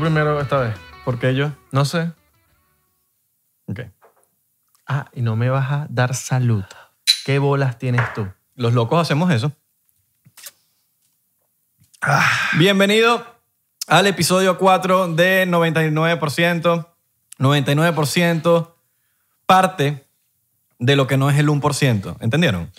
primero esta vez? ¿Por qué yo? No sé. Ok. Ah, y no me vas a dar salud. ¿Qué bolas tienes tú? Los locos hacemos eso. Bienvenido al episodio 4 de 99%. 99% parte de lo que no es el 1%. ¿Entendieron?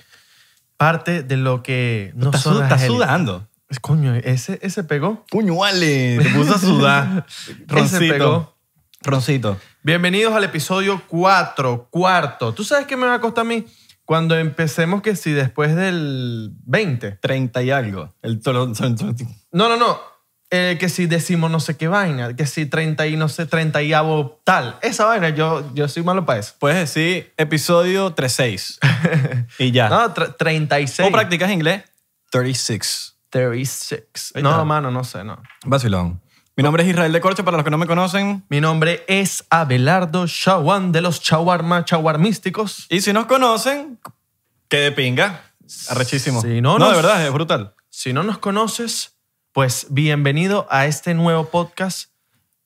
Parte de lo que no Estás son su- las estás élites. sudando. Coño, ese, ese pegó. Puño, vale. Te puso a sudar. Ese pegó. Roncito. Roncito. Bienvenidos al episodio 4, cuarto. ¿Tú sabes qué me va a costar a mí? Cuando empecemos que si después del 20. 30 y algo. El tolo- No, no, no. Eh, que si decimos no sé qué vaina, que si 30 y no sé, 30 y avo tal. Esa vaina, yo, yo soy malo para eso. Puedes decir episodio 36. y ya. No, tre- 36. ¿O practicas inglés? 36. 36. Ahí No, está. mano, no sé, no. Vacilón. Mi nombre es Israel de Corcho, para los que no me conocen. Mi nombre es Abelardo Chaguán de los Chaguarma Chaguarmísticos. Y si nos conocen, que de pinga. Arrechísimo. Sí, no, no, no. de verdad, es brutal. Si no nos conoces, pues bienvenido a este nuevo podcast.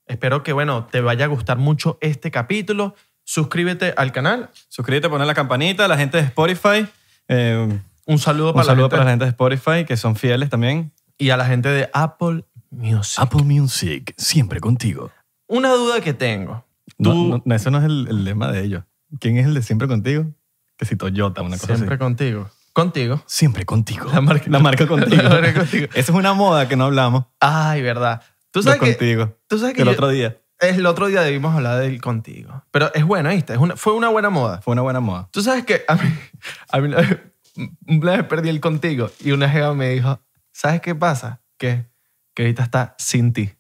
Espero que, bueno, te vaya a gustar mucho este capítulo. Suscríbete al canal. Suscríbete, poner la campanita, la gente de Spotify. eh, Un saludo, un para, saludo la gente, para la gente de Spotify, que son fieles también. Y a la gente de Apple Music. Apple Music, siempre contigo. Una duda que tengo. No, Tú- no, no, eso no es el, el lema de ellos. ¿Quién es el de siempre contigo? Que si Toyota, una cosa Siempre así. contigo. Contigo. Siempre contigo. La marca- la marca contigo. La marca contigo. Esa es una moda que no hablamos. Ay, verdad. Tú Los sabes que, contigo. tú sabes que El yo- otro día. el otro día debimos hablar del contigo. Pero es buena, ¿viste? Es una- fue una buena moda. Fue una buena moda. Tú sabes que a mí, a mí una, vez, una vez perdí el contigo y una jeva me dijo, ¿sabes qué pasa? Que, que ahorita está sin ti.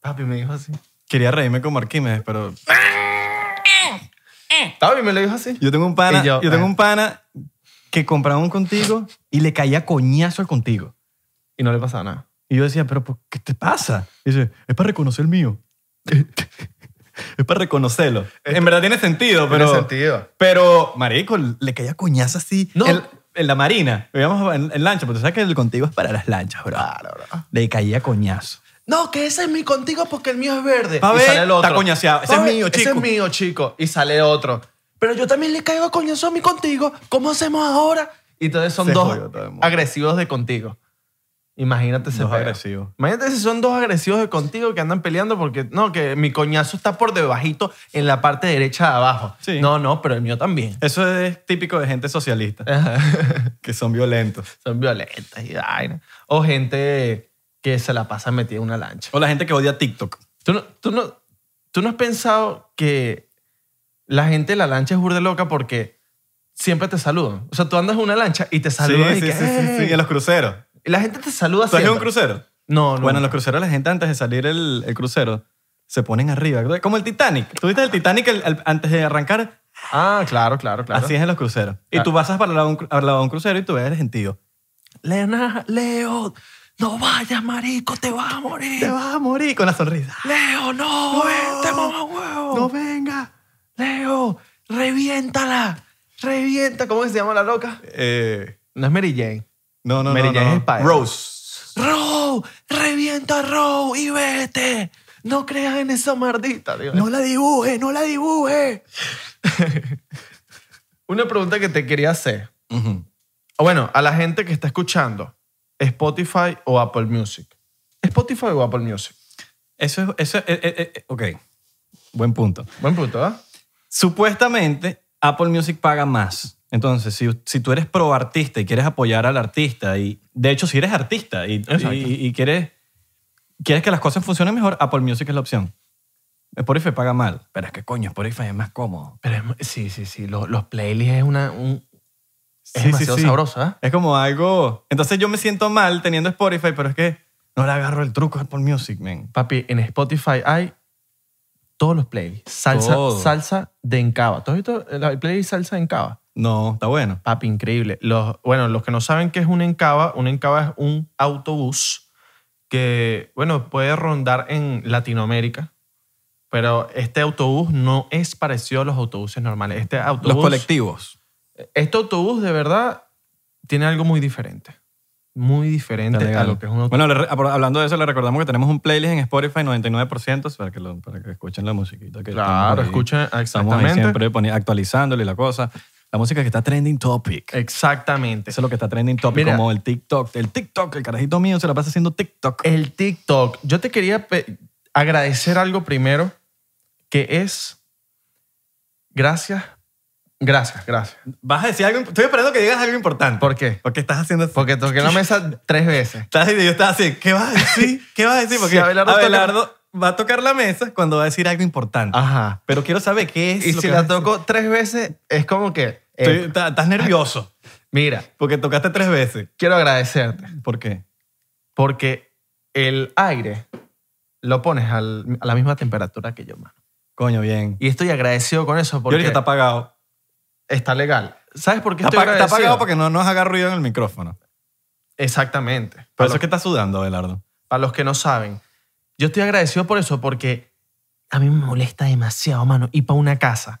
Papi me dijo así. Quería reírme con Marquímedes, pero Papi me lo dijo así. yo tengo un pana, Y yo, yo, tengo ah. un pana que compraba un contigo y le caía coñazo al contigo. Y no le pasaba nada. Y yo decía, pero ¿por ¿qué te pasa? Y dice, es para reconocer el mío. es para reconocerlo. En verdad tiene sentido, pero... Tiene sentido. Pero, marico, le caía coñazo así. No. En, en la marina. Íbamos en, en lancha, pero tú sabes que el contigo es para las lanchas, bro. Le caía coñazo. No, que ese es mi contigo porque el mío es verde. Pa' y ver, sale el otro. está coñaseado. Ese Pa' es ver, mío, Ese es chico. mío, chico. Y sale otro. Pero yo también le caigo a coñazo a mi contigo. ¿Cómo hacemos ahora? Y entonces son Se dos jodió todo el mundo. agresivos de contigo. Imagínate ese Dos peo. agresivos. Imagínate si son dos agresivos de contigo que andan peleando porque, no, que mi coñazo está por debajito en la parte derecha de abajo. Sí. No, no, pero el mío también. Eso es típico de gente socialista, Eh. que son violentos. son violentas y vaina. O gente que se la pasa metida en una lancha. O la gente que odia TikTok. ¿Tú no, tú, no, ¿Tú no has pensado que la gente de la lancha es burde loca porque siempre te saludan? O sea, tú andas en una lancha y te saludan y que, "Hey". Y en los cruceros. Y la gente te saluda ¿Tú has siempre. ido a un crucero? No, no. Bueno, en los cruceros la gente antes de salir el, el crucero se ponen arriba. Como el Titanic. ¿Tú viste el Titanic el- el- antes de arrancar? Ah, claro, claro, claro. Así es en los cruceros. Y Claro. tú pasas para al lado de un cru- al lado de un crucero y tú ves el gentío. Lena, Leo, no vayas, marico, te vas a morir. Te vas a morir con la sonrisa. Leo, no, No, vente, mamá huevo. No venga. Leo, reviéntala. Revienta. ¿Cómo que se llama la loca? Eh, No es Mary Jane. no, no, Mary no, Jane no. es Spider. Rose. Row, revienta a Row y vete. No creas en esa mardita. digo. la dibuje, no la dibuje. Una pregunta que te quería hacer. O Bueno, a la gente que está escuchando, Spotify o Apple Music. Spotify o Apple Music. Eso es, eso es- eh, eh, eh, ok. Buen punto. Buen punto, ¿ah? Supuestamente Apple Music paga más. Entonces, si, si tú eres pro artista y quieres apoyar al artista, y de hecho, si eres artista y, Exacto. y- y quieres, quieres que las cosas funcionen mejor, Apple Music es la opción. Spotify paga mal. Pero es que coño, Spotify es más cómodo. Pero es mu- sí, sí, sí. Los, los playlists es una. un- es Sí, sí, demasiado sí. sabroso, ¿ah? Es como algo. Entonces yo me siento mal teniendo Spotify, pero es que no le agarro el truco a Apple Music, man. Papi, en Spotify hay todos los playlists. Salsa, Todo. salsa de encaba. ¿Tú has visto la playlist salsa de encaba? No, está bueno. Papi, increíble. Los, bueno, los que no saben qué es un encaba, un encaba es un autobús que, bueno, puede rondar en Latinoamérica, pero este autobús no es parecido a los autobuses normales. Este autobús, Los colectivos. este autobús de verdad tiene algo muy diferente. muy diferente a lo que es un autobús. Bueno, le re- apro- hablando de eso, le recordamos que tenemos un playlist en Spotify 99% para que, lo- para que escuchen la musiquita. Que estamos claro, ahí. escuchen Estamos exactamente. ahí siempre poni- actualizándole la cosa. La música que está trending topic. Exactamente. Eso es lo que está trending topic, Mira. como el TikTok. El TikTok, el carajito mío se la pasa haciendo TikTok. El TikTok. Yo te quería pe- agradecer algo primero, que es gracias, gracias, gracias. Vas a decir algo. imp- Estoy esperando que digas algo importante. ¿Por qué? Porque estás haciendo. Porque toqué la mesa tres veces. Estás, y yo estaba así. ¿Qué vas a decir? ¿Qué vas a decir? Porque Si Abelardo toca- Abelardo va a tocar la mesa cuando va a decir algo importante. Ajá. Pero quiero saber qué es. Y lo si que vas la a decir. toco tres veces, es como que, eh, Estoy- ta- estás nervioso. mira, Porque tocaste tres veces. quiero agradecerte ¿Por qué? porque el aire lo pones al- a la misma temperatura que yo, mano. Coño, bien. Y estoy agradecido con eso Yo porque ahorita está apagado. está legal. ¿Sabes por qué Está, estoy apa- está agradecido? apagado porque no nos haga ruido en el micrófono. Exactamente. Por Para eso los, es que está sudando, Abelardo. para los que no saben, yo estoy agradecido por eso porque a mí me molesta demasiado, mano, ir para una casa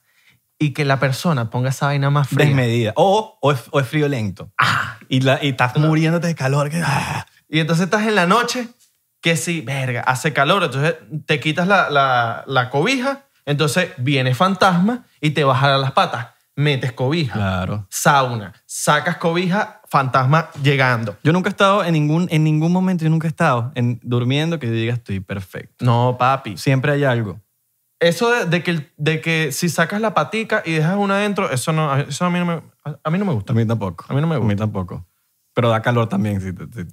y que la persona ponga esa vaina más fría. Desmedida. O, o, es, o es frío lento. Ah, Y, la, y estás muriéndote de calor. que- ah. y entonces estás en la noche que sí, verga, hace calor, entonces te quitas la, la- la cobija, entonces viene fantasma y te vas a las patas, metes cobija, Claro. sauna, sacas cobija, fantasma llegando. Yo nunca he estado en ningún, en ningún momento, yo nunca he estado en, durmiendo que yo diga estoy perfecto. No, papi. Siempre hay algo. Eso de, de que, el- de que si sacas la patica y dejas una adentro, eso, no, eso a, mí no me, a- a mí no me gusta. A mí tampoco. A mí no me A mí tampoco. Pero da calor también. si te- te-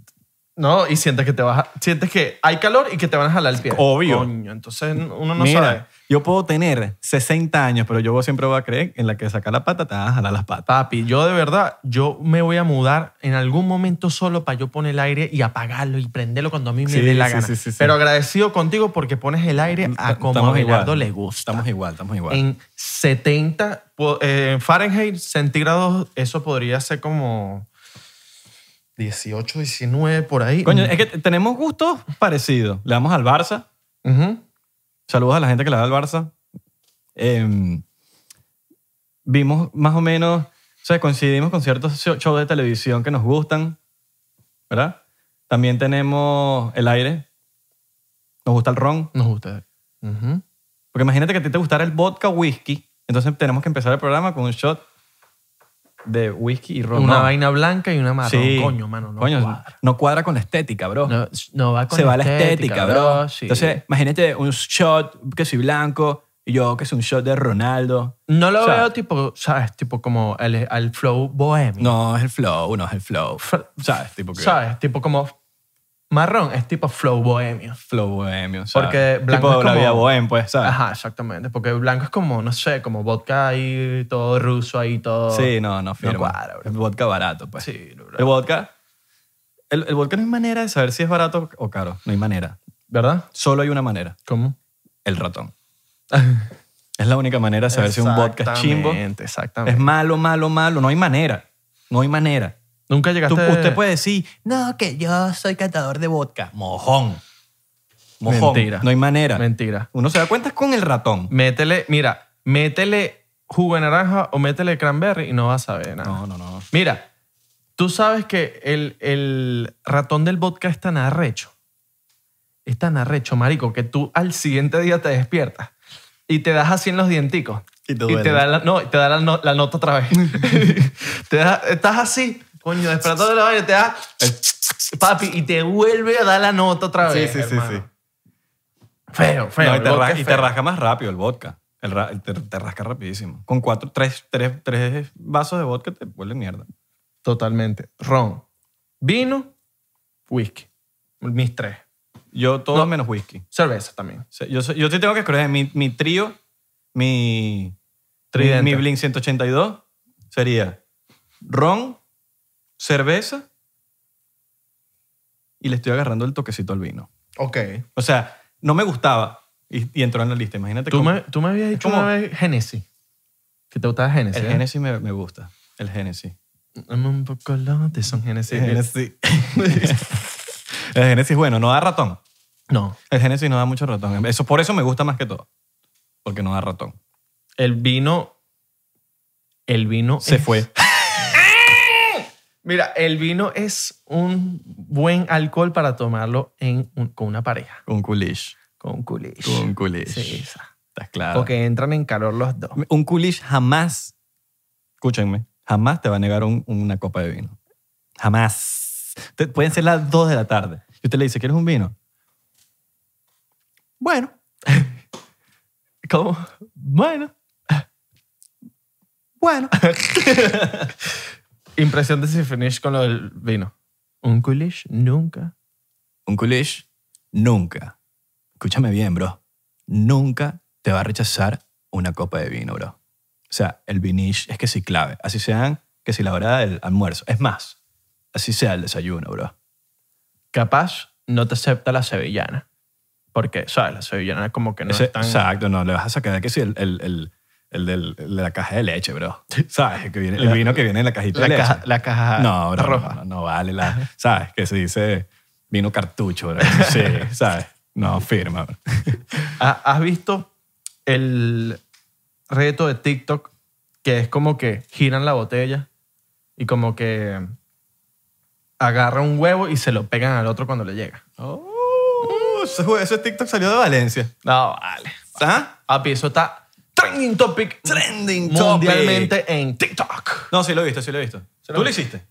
No, y sientes que te vas a- sientes que hay calor y que te van a jalar el pie. Obvio. Coño, entonces uno no Mira, sabe. yo puedo tener 60 años, pero yo siempre voy a creer en la que sacar la pata te vas a jalar las patas. Papi, yo de verdad, yo me voy a mudar en algún momento solo para yo poner el aire y apagarlo y prenderlo cuando a mí me Sí, dé la sí, gana. sí, sí, sí. Pero agradecido contigo porque pones el aire a como Estamos a Abelardo igual. le gusta. Estamos igual, estamos igual. en 70 po- eh, Fahrenheit, centígrados, eso podría ser como 18, 19 por ahí. Mm. Coño, es que t- tenemos gustos parecidos. Le damos al Barça. Ujú. Saludos a la gente que le da al Barça. Em, vimos más o menos, o sea, coincidimos con ciertos sho- shows de televisión que nos gustan, ¿verdad? También tenemos el aire. Nos gusta el ron. Nos gusta. Ujú. Porque imagínate que a ti te gustara el vodka whisky. Entonces tenemos que empezar el programa con un shot de whisky y ron. Una No. vaina blanca y una marrón. Sí. Coño, mano, no Coño, cuadra. no cuadra con la estética, bro. No, no va con se va la estética, bro. sí. Entonces, imagínate un shot que soy blanco y yo que soy un shot de Ronaldo. no lo o sea- veo tipo, ¿sabes? Tipo como el, al flow bohemio. No, es el flow, no es el flow. ¿Sabes? Tipo que ¿Sabes? Tipo como marrón es tipo flow bohemio. flow bohemio. ¿sabes? Porque blanco tipo es la como- vida bohem, pues, ¿sabes? Ajá, exactamente. Porque blanco es como, no sé, como vodka ahí, todo ruso ahí, todo. Sí, no, no firmo. cuadra, bro. el vodka barato, pues. Sí, bro. El vodka... El, el vodka no hay manera de saber si es barato o caro. No hay manera. ¿Verdad? Solo hay una manera. ¿Cómo? El ratón. es la única manera de saber si un vodka es chimbo. Exactamente, Es exactamente. malo, malo, malo. No hay manera. No hay manera. Nunca llegaste. Tú- usted puede decir, no, que yo soy catador de vodka. Mojón. Mojón. Mentira. No hay manera. Mentira. Uno se da cuenta con el ratón. Métele, mira, métele jugo de naranja o métele cranberry y no vas a ver nada. No, no, no. Mira, tú sabes que el, el ratón del vodka es tan arrecho. Es tan arrecho, marico, que tú al siguiente día te despiertas y te das así en los dienticos. Y te duele. da la, no, y te da la, no- la nota otra vez. te da- estás así, coño, despertado de la vaina, te da. Papi, y te vuelve a dar la nota otra Sí, vez. sí, sí, hermano. sí. Feo, feo. No, y, el te vodka ra- es y te feo. rasca más rápido el vodka. El ra- te, te rasca rapidísimo. Con cuatro, tres, tres, tres vasos de vodka te vuelve mierda. Totalmente. Ron, vino, whisky. Mis tres. Yo todo No. menos whisky. Cerveza también. O sea, yo, soy- yo sí tengo que escoger mi, mi trío, mi, mi, Tridente. mi Blink 182 sería ron, cerveza y le estoy agarrando el toquecito al vino. Ok. O sea, no me gustaba y, y entró en la lista. Imagínate Tú cómo- me, tú me habías dicho como- una vez Genesis. Que te gustaba Genesis. el ¿eh? Genesis me, me gusta. El Genesis. Dame un poco lo de son Genesis. el Genesis. el Genesis, bueno, no da ratón. No. El Genesis no da mucho ratón. Eso, por eso me gusta más que todo. Porque no da ratón. El vino. El vino. Se es- fue. Mira, el vino es un buen alcohol para tomarlo en un- con una pareja, Con culish. con un culish. Con culish. Ah. Sí, esa. Estás claro. Porque entran en calor los dos. Un culish jamás, escúchenme, jamás te va a negar un- una copa de vino. Jamás. Te- pueden ser las 2 de la tarde. Y usted le dice, ¿quieres un vino? Bueno. ¿Cómo? Bueno. Bueno. Impresión de si finish con lo del vino. Un culish nunca. Un culish nunca, escúchame bien, bro, nunca te va a rechazar una copa de vino, bro. O sea, el vinish es que sí clave. Así sean que si la hora del almuerzo. Es más, así sea el desayuno, bro. Capaz no te acepta la sevillana. Porque, ¿sabes? La sevillana como que no Ese- es tan... Exacto, no, le vas a sacar que si el, el, el, el del- el de la caja de leche, bro. ¿Sabes? El, que viene, el La- vino que viene en la cajita de la, leche. caja, la caja no, bro, roja. no, no, no vale la... ¿Sabes? Que se dice vino cartucho, bro. Sí, ¿sabes? No, firma, bro. ¿Ha- Ah, ¿Has visto el reto de TikTok que es como que giran la botella y como que agarra un huevo y se lo pegan al otro cuando le llega? Oh, ese, jue- ese TikTok salió de Valencia. No, vale. ¿Ah? Papi, pues, eso está trending topic Trending mundialmente en TikTok. No, sí lo he visto, sí lo he visto. Sí lo ¿Tú lo vi. hiciste?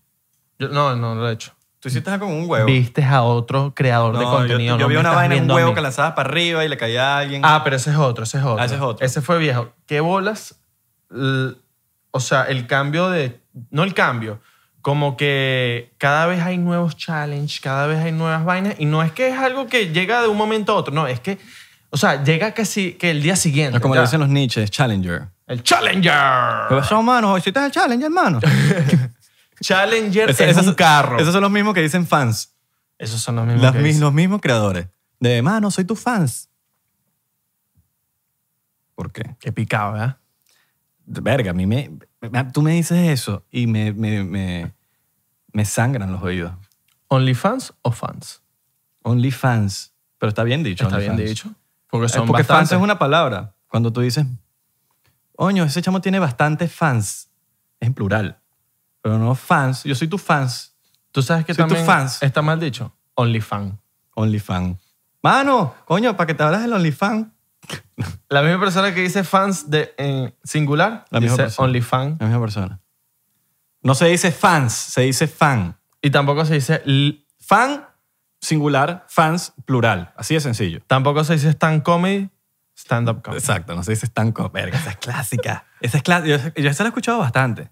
Yo- no, no lo he hecho. Tú hiciste con un huevo. Viste a otro creador No, de yo- contenido. yo, no vi me una estás vaina en un viendo a huevo mí. que lanzabas para arriba y le caía a alguien. Ah, pero ese es otro, ese es otro. Ah, ese es otro. Ese fue viejo. ¿Qué bolas? L- O sea, el cambio de... No el cambio. Como que cada vez hay nuevos challenges, cada vez hay nuevas vainas. Y no es que es algo que llega de un momento a otro. No, es que... O sea, llega casi que el día siguiente. Ah, como ya. le dicen los niches, Challenger. El Challenger. Pero hermano, hoy sí estás el Challenger, hermano. Challenger Ese- es esos- un carro. Esos son los mismos que dicen fans. Esos son los mismos Las que mis- dicen. los mismos creadores. De, mano, soy tu fans. ¿Por qué? Qué picado, ¿verdad? Verga, a mí me, me- Tú me dices eso y me, me, me, me sangran los oídos. ¿OnlyFans o fans? OnlyFans. Pero está bien dicho. Está bien OnlyFans. dicho. Porque Es son porque fans bastantes. es una palabra. Cuando tú dices, oño, ese chamo tiene bastantes fans. Es en plural. Pero no fans. Yo soy tu fans. Tú sabes que Soy tu también fans. está mal dicho. OnlyFans. OnlyFans. Mano, coño, para que te hablas del OnlyFans. La misma persona que dice fans de, en singular La misma dice persona. OnlyFans. La misma persona. No se dice fans, se dice fan. Y tampoco se dice l- Fan, singular, fans, plural. Así de sencillo. tampoco se dice stand comedy, stand up comedy. Exacto, no se dice stanco. Verga, esa es clásica. esa es clásica. Yo, yo esa la he escuchado bastante.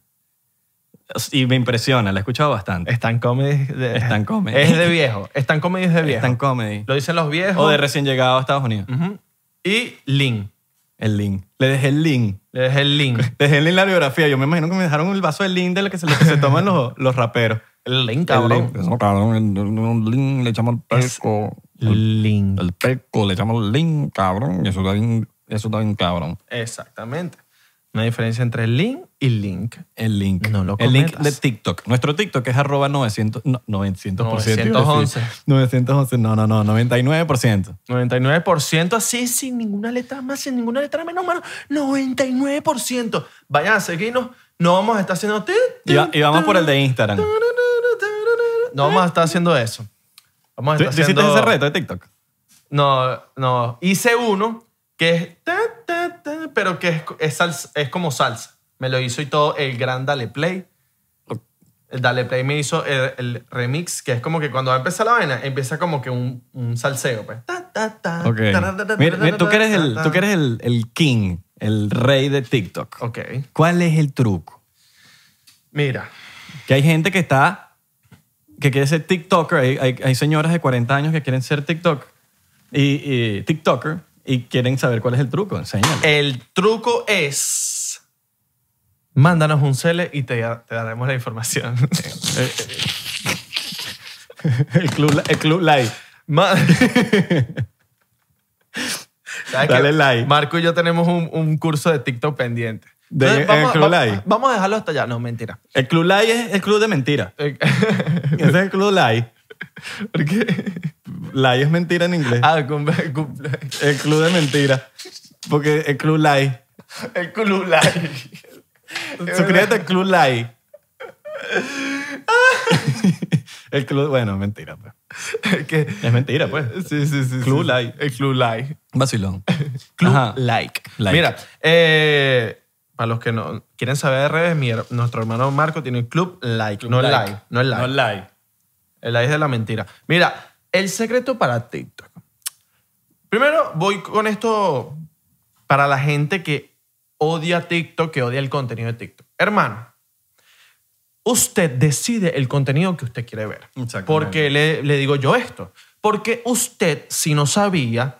Y me impresiona, la he escuchado bastante. Stand comedy es de, Stand comedy. es de viejo. Stand comedy es de viejo. Stan comedy. Lo dicen los viejos. O de recién llegado a Estados Unidos. Ujú. Y link. El link. Le dejé el link. Le dejé el link. Le dejé el link en la biografía. Yo me imagino que me dejaron el vaso de link de lo que se, lo que se toman los, los raperos. El link, El cabrón. link. No, cabrón, el- el- un link le echamos el pesco. El, link. el pesco le echamos el link, cabrón. Y eso está bien, eso está bien, cabrón. Exactamente. Una diferencia entre link y link. El link. No lo El link de cometas. TikTok. Nuestro TikTok es arroba 900, no, 900%. iba a decir. 911. 911. No, no, no. 99%. 99% así, sin ninguna letra más, sin ninguna letra menos, mano. 99%. Vayan a seguirnos. No vamos a estar haciendo... ti, ti, Y, va- y vamos por el de Instagram. ¿Tú, No vamos a estar haciendo eso. Vamos a tú estar hiciste haciendo... ese reto de TikTok? No, no. Hice uno que es... ta, ta, ta, pero que es, es, salsa- es como salsa. Me lo hizo y todo el gran Dale Play. El Dale Play me hizo el, el remix, que es como que cuando va a empezar la vaina, empieza como que un, un salseo. Pues. Ta, ta, ta, Ok. ta, ta, ta, Mira, mira, tú que eres, el, ta, ta. tú que eres el, el king, el rey de TikTok. Ok. ¿Cuál es el truco? Mira. Que hay gente que está, que quiere ser TikToker. Hay, hay- hay señoras de 40 años que quieren ser TikTok y, y TikToker y quieren saber cuál es el truco. Enséñale. El truco es. Mándanos un cele y te, te daremos la información. Eh, El club, li- el club live. Ma- ¿Sabes Dale qué? like. Marco y yo tenemos un, un curso de TikTok pendiente. De- en el club vamos, like. vamos a dejarlo hasta allá. No, mentira. El club live es el club de mentira. Eh, Ese es el club live. ¿Por qué? Live es mentira en inglés. Ah, cumple- cumple- El club de mentira. Porque el club live. El club like. Suscríbete al club live. El club, bueno, mentira, pues. que, Es mentira, pues. sí, sí, sí. Club sí. Like. El Club Like. Vacilón. Club Ajá. like. Like. Mira, eh, para los que no quieren saber de redes, mi her- nuestro hermano Marco tiene el Club Like. Club no el Like. like. No el like. No like. El like de la mentira. Mira, el secreto para TikTok. Primero, voy con esto para la gente que odia TikTok, que odia el contenido de TikTok. Hermano, usted decide el contenido que usted quiere ver. Exactamente. Porque le, le digo yo esto. Porque usted, si no sabía,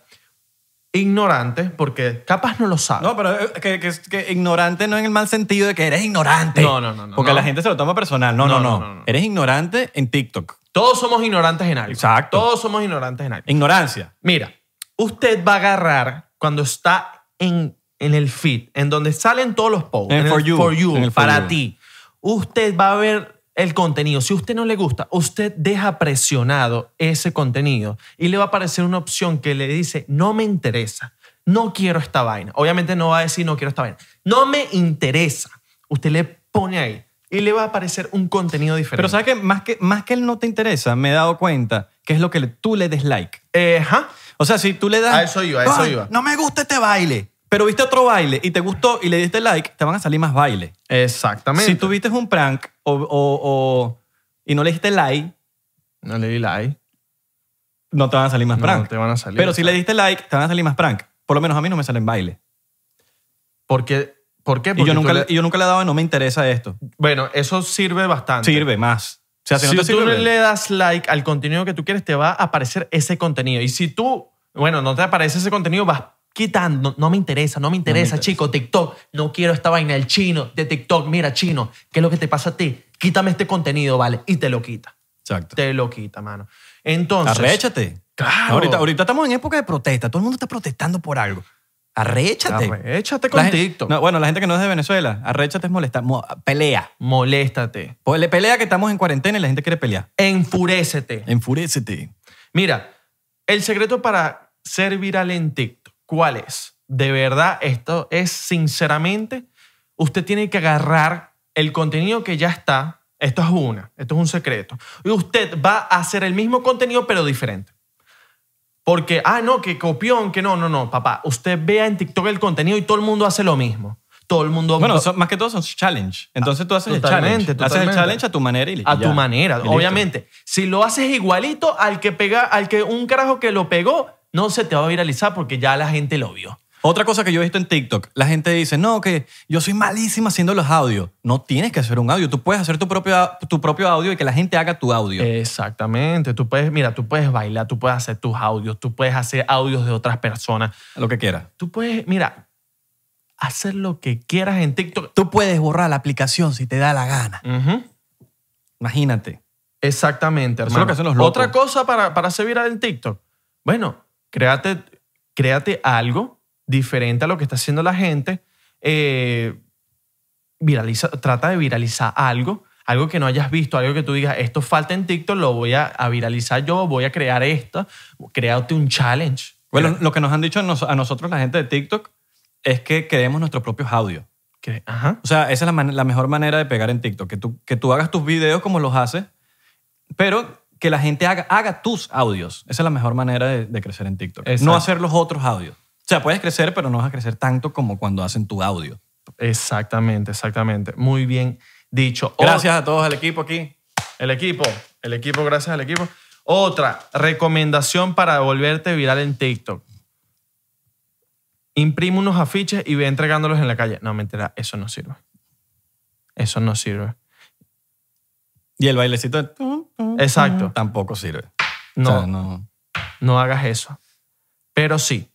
ignorante, porque capaz no lo sabe. No, pero eh, que, que- que ignorante no en el mal sentido de que eres ignorante. No, no, no, no, Porque no. la gente se lo toma personal. No no no, no, no, no. Eres ignorante en TikTok. Todos somos ignorantes en algo. Exacto. Todos somos ignorantes en algo. Ignorancia. Mira, usted va a agarrar cuando está en, en el feed, en donde salen todos los posts, En el For You, en el For para You. ti. Usted va a ver el contenido. Si a usted no le gusta, usted deja presionado ese contenido y le va a aparecer una opción que le dice, no me interesa, no quiero esta vaina. Obviamente no va a decir, no quiero esta vaina. No me interesa. Usted le pone ahí y le va a aparecer un contenido diferente. Pero sabes que más que más que él no te interesa, me he dado cuenta que es lo que le- tú le dislike. Eh, ajá. O sea, si tú le das A eso iba, a eso "Ay, iba". No me gusta este baile, pero viste otro baile y te gustó y le diste like, te van a salir más bailes. Exactamente. Si tuviste un prank o, o- o- y no le diste like, No le di like. no te van a salir más No, Ah, prank. te van a salir. pero si le diste like, te van a salir más prank. Por lo menos a mí no me salen bailes. Porque, ¿Por qué? Porque Y yo, tú nunca, le- le- y yo nunca le he dado no me interesa esto. Bueno, eso sirve bastante. Sirve más. O sea, si, si no te tú sirve, no ven. le das like al contenido que tú quieres, te va a aparecer ese contenido. Y si tú, bueno, no te aparece ese contenido, vas quitando. No, me interesa, no me interesa, interesa. chico. TikTok, no quiero esta vaina. El chino de TikTok, mira, chino, ¿qué es lo que te pasa a ti? Quítame este contenido, ¿vale? Y te lo quita. Exacto. Te lo quita, mano. Entonces. Arréchate. Claro. Ahorita, ahorita estamos en época de protesta. Todo el mundo está protestando por algo. Arréchate. Arréchate La con gen- TikTok. no, bueno, la gente que no es de Venezuela, arréchate es molestar. Mo- pelea. Moléstate. Pues le pelea que estamos en cuarentena y la gente quiere pelear. Enfurécete. Enfurécete. Mira, el secreto para ser viral en TikTok, ¿cuál es? De verdad, esto es sinceramente, usted tiene que agarrar el contenido que ya está. Esto es una, esto es un secreto. Y usted va a hacer el mismo contenido, pero diferente. Porque, ah, no, que copión, que no, no, no, papá. Usted vea en TikTok el contenido y todo el mundo hace lo mismo. Todo el mundo Bueno, va- son- más que todo son challenge. Entonces tú haces el Totalmente, challenge. Haces el totalmente. challenge a tu manera y li- a ya. tu manera. Y listo. Obviamente, si lo haces igualito al que pega, al que un carajo que lo pegó, no se te va a viralizar porque ya la gente lo vio. Otra cosa que yo he visto en TikTok, la gente dice, no, que yo soy malísima haciendo los audios. No tienes que hacer un audio, tú puedes hacer tu propio, au- tu propio audio y que la gente haga tu audio. Eh. Exactamente. Tú puedes, mira, tú puedes bailar, tú puedes hacer tus audios, tú puedes hacer audios de otras personas. lo que quieras. Tú puedes, mira, hacer lo que quieras en TikTok. Tú puedes borrar la aplicación si te da la gana. Ujú. Imagínate. Exactamente, Eso es hermano. lo que hacen los locos. Otra cosa para, para hacer viral en TikTok. Bueno, créate, créate algo diferente a lo que está haciendo la gente. Eh, viraliza, trata de viralizar algo, algo que no hayas visto, algo que tú digas, esto falta en TikTok, lo voy a, a viralizar yo, voy a crear esto. Créate un challenge. Bueno, lo que nos han dicho a nos- a nosotros la gente de TikTok es que creemos nuestros propios audios. Cre- Ajá. O sea, esa es la, man- la mejor manera de pegar en TikTok, que tú, que tú hagas tus videos como los haces, pero que la gente haga, haga tus audios. Esa es la mejor manera de, de crecer en TikTok. Exacto. No hacer los otros audios. O sea, puedes crecer, pero no vas a crecer tanto como cuando hacen tu audio. Exactamente, exactamente. Muy bien dicho. Gracias a todos al equipo aquí. El equipo, el equipo, gracias al equipo. Otra recomendación para volverte viral en TikTok. Imprime unos afiches y ve entregándolos en la calle. No, mentira, eso no sirve. Eso no sirve. Y el bailecito de- Exacto. tampoco sirve. No, O sea, no. no hagas eso. Pero sí,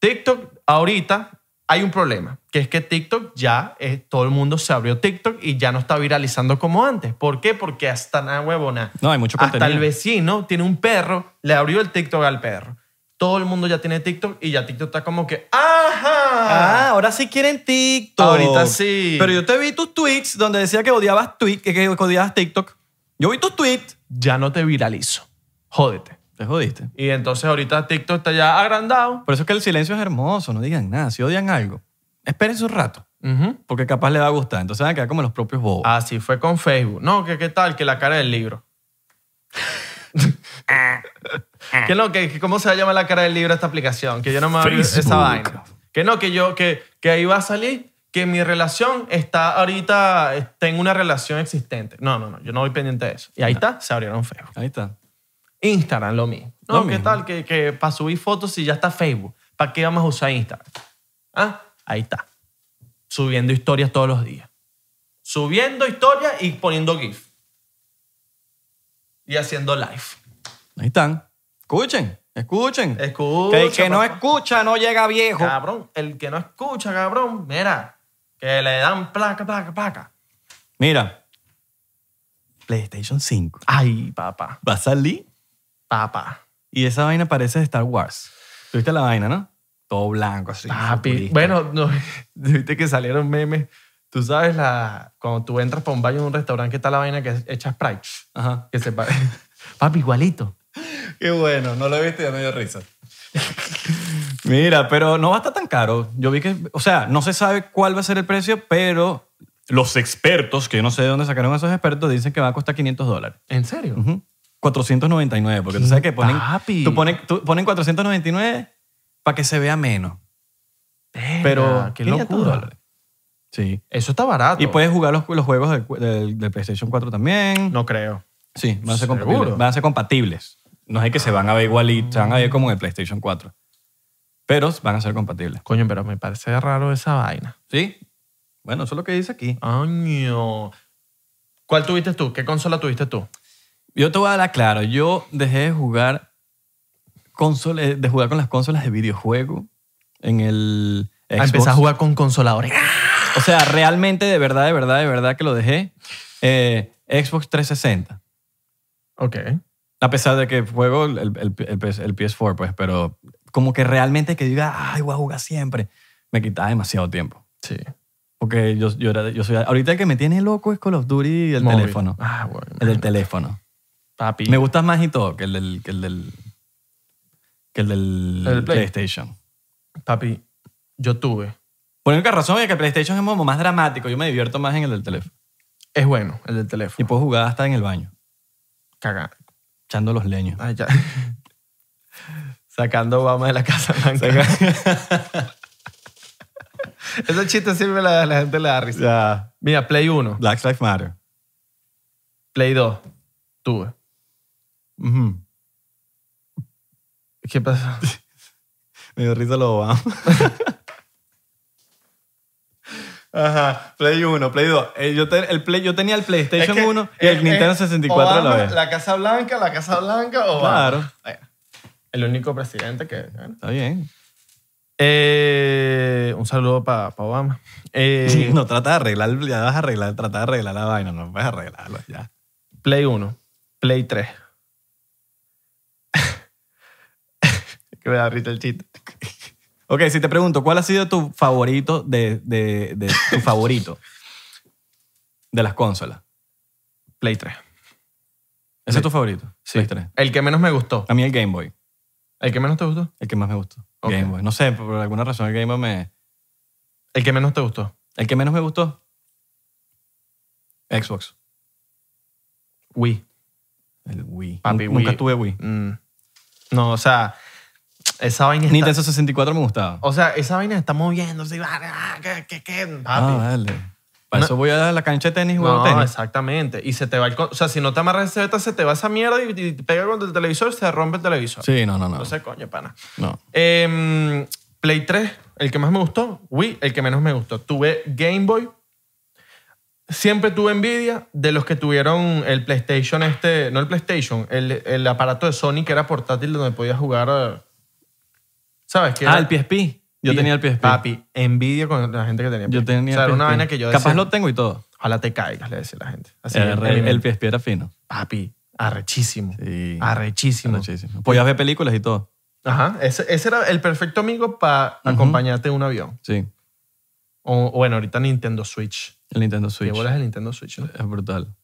TikTok ahorita hay un problema, que es que TikTok ya eh, todo el mundo se abrió TikTok y ya no está viralizando como antes. ¿Por qué? Porque hasta nada huevona. No, hay mucho Hasta el contenido. vecino tiene un perro, le abrió el TikTok al perro. Todo el mundo ya tiene TikTok y ya TikTok está como que Ah, ¡Ajá! ahora sí quieren TikTok. Ahorita sí. Pero yo te vi tus tweets donde decía que odiabas, tweet, que, que odiabas TikTok. Yo vi tus tweets. Ya no te viralizo. Jódete. Te jodiste. Y entonces ahorita TikTok está ya agrandado. Por eso es que el silencio es hermoso, no digan nada. Si odian algo, espérense un rato, Ujú. porque capaz le va a Ah. gustar. Entonces van a quedar como los propios bobos. Así fue con Facebook. No, que qué tal, que la cara del libro. Que no, que, que cómo se va a llamar la cara del libro esta aplicación, que yo no me voy a abrir esa Facebook. vaina. Que no, que yo, que, que ahí va a salir que mi relación está ahorita, eh, tengo una relación existente. No, no, no, yo no voy pendiente de eso. Y ahí está, se abrieron Facebook. Ahí está. Instagram, lo mismo. No, Lo ¿qué mismo. tal? Que, que para subir fotos si ya está Facebook. ¿Para qué vamos a usar Instagram? Ah, ahí está. Subiendo historias todos los días. Subiendo historias y poniendo GIF. Y haciendo live. Ahí están. Escuchen, escuchen. Escucha. que el que no papá. Ah. escucha no llega viejo. Cabrón, el que no escucha, cabrón, mira, que le dan placa, placa, placa. Mira. PlayStation 5. Ay, papá, Va a salir papá, y esa vaina parece de Star Wars. ¿Tuviste la vaina, no? Todo blanco así. papi. futurista. Bueno, no, viste que salieron memes. Tú sabes, la, cuando tú entras para un baño en un restaurante, que está la vaina que es hecha Sprite? Ajá. Que se pa- papi, igualito. Qué bueno, no lo viste y ya me dio risa. Mira, pero no va a estar tan caro. Yo vi que, o sea, no se sabe cuál va a ser el precio, pero los expertos, que yo no sé de dónde sacaron a esos expertos, dicen que va a costar 500 dólares. ¿En serio? Ujú. 499, porque tú sabes que ponen, Papi. tú ponen, tú ponen 499 para que se vea menos. Verga, Pero qué 500 locura. dólares. Sí. Eso está barato. Y puedes jugar los, los juegos del, del- del PlayStation 4 también. No creo. Sí, van a ser ¿Seguro? compatibles. Van a ser compatibles. No es que se van a ver igualitos, se van a ver como en el PlayStation 4. Pero van a ser compatibles. Coño, pero me parece raro esa vaina. ¿Sí? Bueno, eso es lo que dice aquí. Año. ¿Cuál tuviste tú? ¿Qué consola tuviste tú? Yo te voy a dar claro, yo dejé de jugar console- eh, de jugar con las consolas de videojuego en el Ah, Xbox. Empecé a jugar con consoladores. O sea, realmente, de verdad, de verdad, de verdad que lo dejé. eh, Xbox 360. Ok. A pesar de que juego el, el- el- el PS- el PS4, pues, pero como que realmente que diga, ay, voy a jugar siempre, me quitaba demasiado tiempo. Sí. Porque yo, yo, era- yo soy. Ahorita el que me tiene loco es Call of Duty y el Móvil. teléfono. Ah, bueno. El del teléfono. Papi. Me gusta más y todo que el del. Que el del, que el del El del Play. PlayStation. Papi, yo tuve. Por única razón es que el PlayStation es como más dramático. Yo me divierto más en el del teléfono. Es bueno el del Y teléfono. puedo jugar hasta en el baño, Caga. echando los leños. Ay, ya. Sacando Obama de la Casa Blanca. Ese chiste sirve, la, la gente le da risa. Ya. Mira, Play 1, Black Lives Matter. Play 2, tuve. Ujú. ¿Qué pasa? Me dio risa lo Obama. Ajá, Play 1, Play 2. Eh, yo, te- el play, yo tenía el PlayStation 1 y el Nintendo 64 a la vez. Casa Blanca, la Casa Blanca, o Claro. El único presidente que... bueno. Está bien. Eh, un saludo para Obama. Eh, no, trata de arreglar, ya vas a arreglar, trata de arreglar la vaina, no puedes arreglarlo ya. Play 1, Play 3. que me da risa el chiste. Ok, si te pregunto, ¿cuál ha sido tu favorito de, de, de tu favorito de las consolas? Play 3. ¿Ese es tu favorito? Sí. Play 3. El que menos me gustó. A mí el Game Boy, ¿El que menos te gustó? el que más me gustó. Ok. Game Boy. No sé, por alguna razón el Game Boy me... El que menos te gustó. ¿El que menos me gustó? Xbox. Wii. El Wii. Papi, Nun- Wii. Nunca tuve Wii. Mm. No, o sea, esa vaina está... Nintendo 64 me gustaba. O sea, esa vaina está moviéndose. y va, ah, ¿Qué, qué, qué, papi? ah, vale. Para No. eso voy a la cancha de tenis y juego no, tenis. exactamente. Y se te va el... con- O sea, si no te amarras ese beta, se te va esa mierda y, y te pega contra el televisor, se rompe el televisor. Sí, no, no, no. Entonces, coño, pana. No. Em, Play 3, el que más me gustó. Wii, el que menos me gustó. Tuve Game Boy. Siempre tuve envidia de los que tuvieron el PlayStation este... No el PlayStation, el, el aparato de Sony que era portátil donde podías jugar... eh, ¿Sabes? qué? Ah, el PSP. Yo tenía el PSP. Papi, envidia con la gente que tenía Yo tenía O sea, el era una PSP. vaina que yo Capaz decía, lo tengo y todo. ojalá te caigas, le decía la gente. Así, Era en re- mi el, mente. PSP era fino. Papi, arrechísimo. Sí. Ah, Arrechísimo. Muchísimo. Podías ver películas y todo. Ajá, ese, ese era el perfecto amigo para Ujú. acompañarte en un avión. Sí. O, o bueno, ahorita Nintendo Switch. El Nintendo ¿Qué Switch. bolas el Nintendo Switch? no? Es brutal.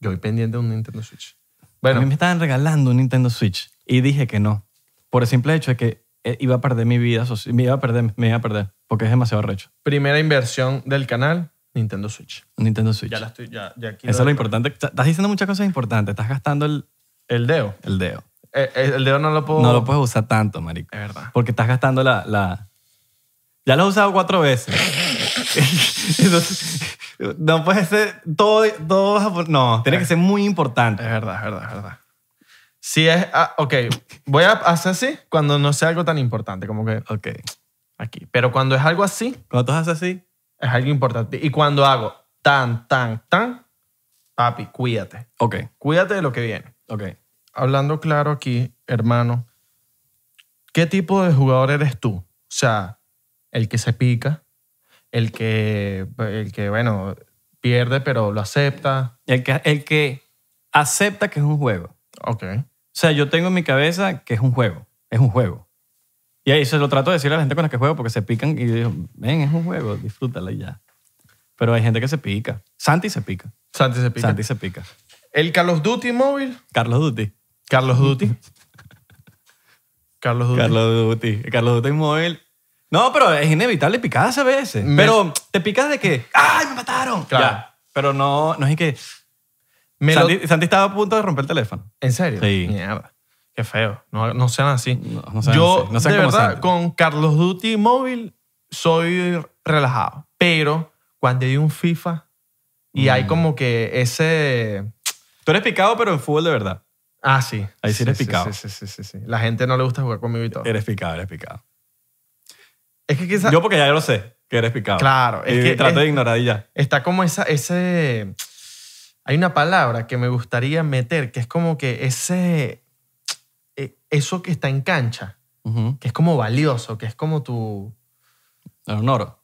Yo voy pendiente de un Nintendo Switch. A mí Bueno, me estaban regalando un Nintendo Switch y dije que no. Por el simple hecho de que eh, iba a perder mi vida, soci- me iba a perder, me iba a perder, porque es demasiado recho. primera inversión del canal, Nintendo Switch. Nintendo Switch. Ya la estoy, ya, ya aquí Eso es lo importante. Está- Estás diciendo muchas cosas importantes. Estás gastando el, El dedo. el dedo. Eh, eh, el dedo no lo puedo. No lo puedes usar tanto, marico. Es verdad. Porque estás gastando la... la- Ya lo has usado cuatro veces. Entonces, no puede ser todo... todo japo- no, tiene que ser muy importante. Es verdad, es verdad, es verdad. Si es. ah, ok, voy a hacer así cuando no sea algo tan importante, como que Ok. aquí. Pero cuando es algo así, Cuando tú haces así, es algo importante. Y cuando hago tan, tan, tan, papi, cuídate. ok, Cuídate de lo que viene. ok. Hablando claro aquí, hermano, ¿qué tipo de jugador eres tú? O sea, el que se pica, el que, el que bueno, pierde pero lo acepta. El que, el que acepta que es un juego. Ok. O sea, yo tengo en mi cabeza que es un juego. Es un juego. Y ahí se lo trato de decir a la gente con la que juego porque se pican y digo, ven, es un juego, disfrútala y ya. Pero hay gente que se pica. Santi se pica. Santi se pica. Santi se pica. El Call of Duty móvil. Carlos Duty. Carlos Duty. Carlos Duty. Carlos Duty. Carlos Duty móvil. No, pero es inevitable picarse a veces. Me- Pero te picas de que, ¡ay, me mataron! Claro. Ya. Pero no, no es que... Me lo- Santi, Santi estaba a punto de romper el teléfono. ¿En serio? Sí. Mierda. Qué feo. No, no sean así. No, no sean Yo, así. No sean de como verdad, Santi. con Carlos Duty móvil soy relajado. Pero cuando hay un FIFA y Mm. hay como que ese... Tú eres picado, pero en fútbol de verdad. Ah, sí. Ahí sí eres picado. Sí, sí, sí, sí, sí. La gente no le gusta jugar conmigo y todo. Eres picado, eres picado. Es que quizás... Yo porque ya yo lo sé, que eres picado. Claro, es y que- trato es- de ignorar y ya. Está como esa, ese... Hay una palabra que me gustaría meter, que es como que ese... eh, Eso que está en cancha, que es como valioso, que es como tu... Honoro,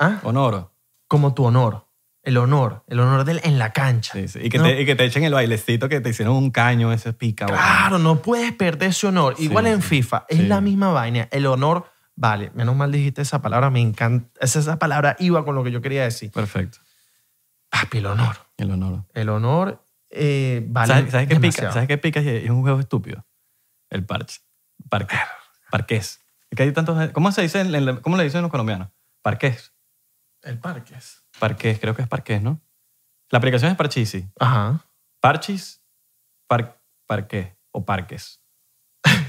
¿Ah? honoro. como tu honor. El honor, el honor del, en la cancha. Sí, sí. Y, que No, te, y que te echen el bailecito que te hicieron un caño, ese pica. ah, bueno. Claro, no puedes perder ese honor. Sí, Igual en sí, FIFA, es sí. la misma vaina. El honor, vale, menos mal dijiste esa palabra, me encanta. Esa, esa palabra iba con lo que yo quería decir. Perfecto. Papi, el honor. El honoro. El honor eh, vale. ¿Sabes, sabes qué pica? demasiado. ¿Sabes qué pica? Y Es un juego estúpido. El parche. Parque. Parqués. Es que hay tantos... ¿Cómo se dice? en- en la- ¿Cómo le dicen los colombianos? Parqués. El parque es. Parqués. Creo que es parqués, ¿no? La aplicación es Parchisi. Ajá. Parchis, par, parqués o parques.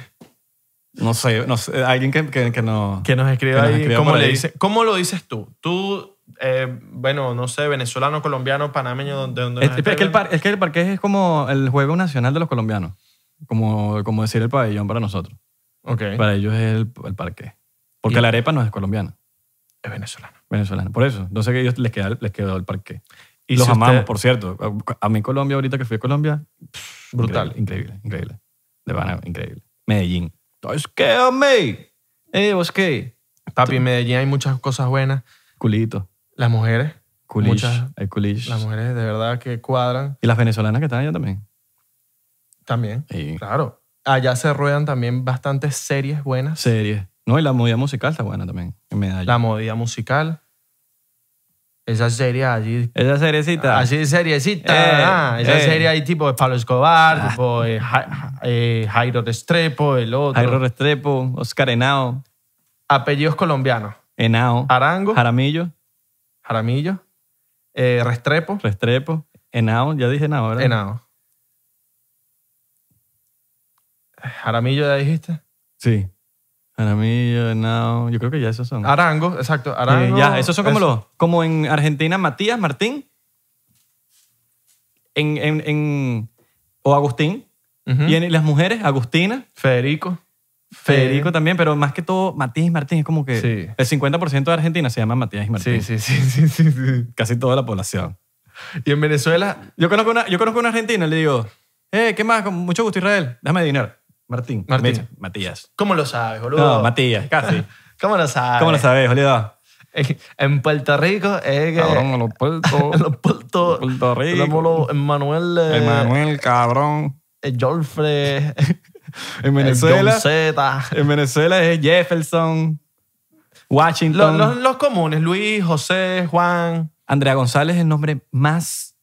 No sé, no sé. Alguien que, que, que no... Que nos escriba Que nos ahí, escriba ¿cómo, por le ahí. dice- ¿Cómo lo dices tú? Tú, eh, bueno, no sé, venezolano, colombiano, panameño, donde, donde Es, nos Eh, es esté que el viendo. par- es que el parqués es como el juego nacional de los colombianos. Como, como decir el pabellón para nosotros. Ok. Para ellos es el, el parqués. Porque Y- la arepa no es colombiana, Es venezolano. venezolana. Por eso. Entonces que ellos les, queda, les quedó el parqués. Y los si usted- amamos, por cierto. A, a mí Colombia, ahorita que fui a Colombia, pff, Brutal. Increíble, increíble. increíble. De pana, increíble. Medellín. Es que a mí. Eh, vos qué. Papi, en Medellín hay muchas cosas buenas. Culito. Las mujeres. Culish. Muchas- El culish. Las mujeres de verdad que cuadran Y las venezolanas que están allá también. también. Y Claro. Allá se ruedan también bastantes series buenas. series. No, y la movida musical está buena también. En Medellín. La movida musical. Esa serie allí. Esa seriecita. Así seriecita. Eh, ah, esa eh. Ah. serie ahí tipo de Pablo Escobar, tipo de Ja- Ja- eh, Jairo Restrepo, el otro. Jairo Restrepo, Oscar Henao, Apellidos colombianos. Henao, Arango, Jaramillo, Jaramillo, eh, Restrepo, Restrepo, Henao, ya dije Henao, ¿verdad? Henao. Jaramillo ya dijiste. Sí. Jaramillo, Henao, yo creo que ya esos son. Arango, exacto. Eh, Ah, Arango. ya, esos son como es- los, como en Argentina, Matías, Martín, en, en, en- o Agustín, Ujú. y en las mujeres, Agustina, Federico. Federico también, pero más que todo Matías y Martín, es como que Sí. el 50% de Argentina se llama Matías y Martín. Sí, sí, sí, sí, sí, sí. Casi toda la población. Y en Venezuela, Yo conozco una, yo conozco una argentina y le digo, eh, ¿qué más? Con mucho gusto, Israel. Déjame dinero. Martín. Martín. Me dice, Matías. ¿cómo lo sabes, boludo? No, Matías, casi. ¿Cómo lo Ah, sabes? eh. ¿Cómo lo sabes, boludo? En- En Puerto Rico es que... Cabrón, a los puertos. Los Puerto, Puerto Rico. Llámalo Emmanuel, eh, Emanuel, cabrón. eh, Jolfre, eh, En John Venezuela, Zeta. en Venezuela es Jefferson, Los, Washington. los- los comunes, Luis, José, Juan Andrea González es el nombre más...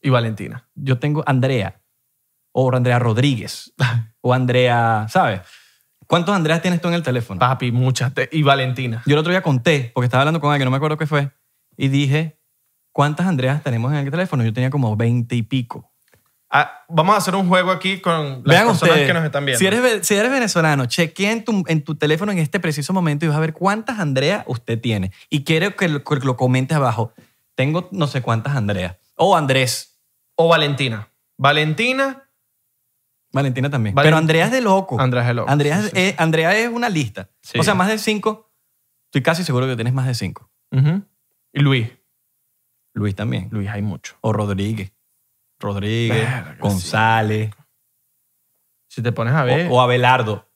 y Valentina. Yo tengo Andrea. O Andrea Rodríguez. O Andrea... ¿Sabes? ¿Cuántos Andreas tienes tú en el teléfono? Papi, muchas. te- y Valentina. Yo el otro día conté, porque estaba hablando con alguien, no me acuerdo qué fue, y dije, ¿cuántas Andreas tenemos en el teléfono? Yo tenía como 20 y pico. Ah, vamos a hacer un juego aquí con las Vean personas ustedes, que nos están viendo. Si eres, ve- si eres venezolano, chequea en tu, en tu teléfono en este preciso momento y vas a ver cuántas Andreas usted tiene. Y quiero que lo, que lo comentes abajo. Tengo no sé cuántas Andreas. O Andrés. O Valentina. Valentina, Valentina también. Valen- Pero Andreas de loco. Andrés Hello. Uh. Andrea, es, Andrea es una lista. Sí. O sea, más de cinco. Estoy casi seguro que tienes más de cinco. Y Luis. Luis también. Luis hay mucho. O Rodríguez. Rodríguez, Verga, González. Si te pones a ver... O, o Abelardo.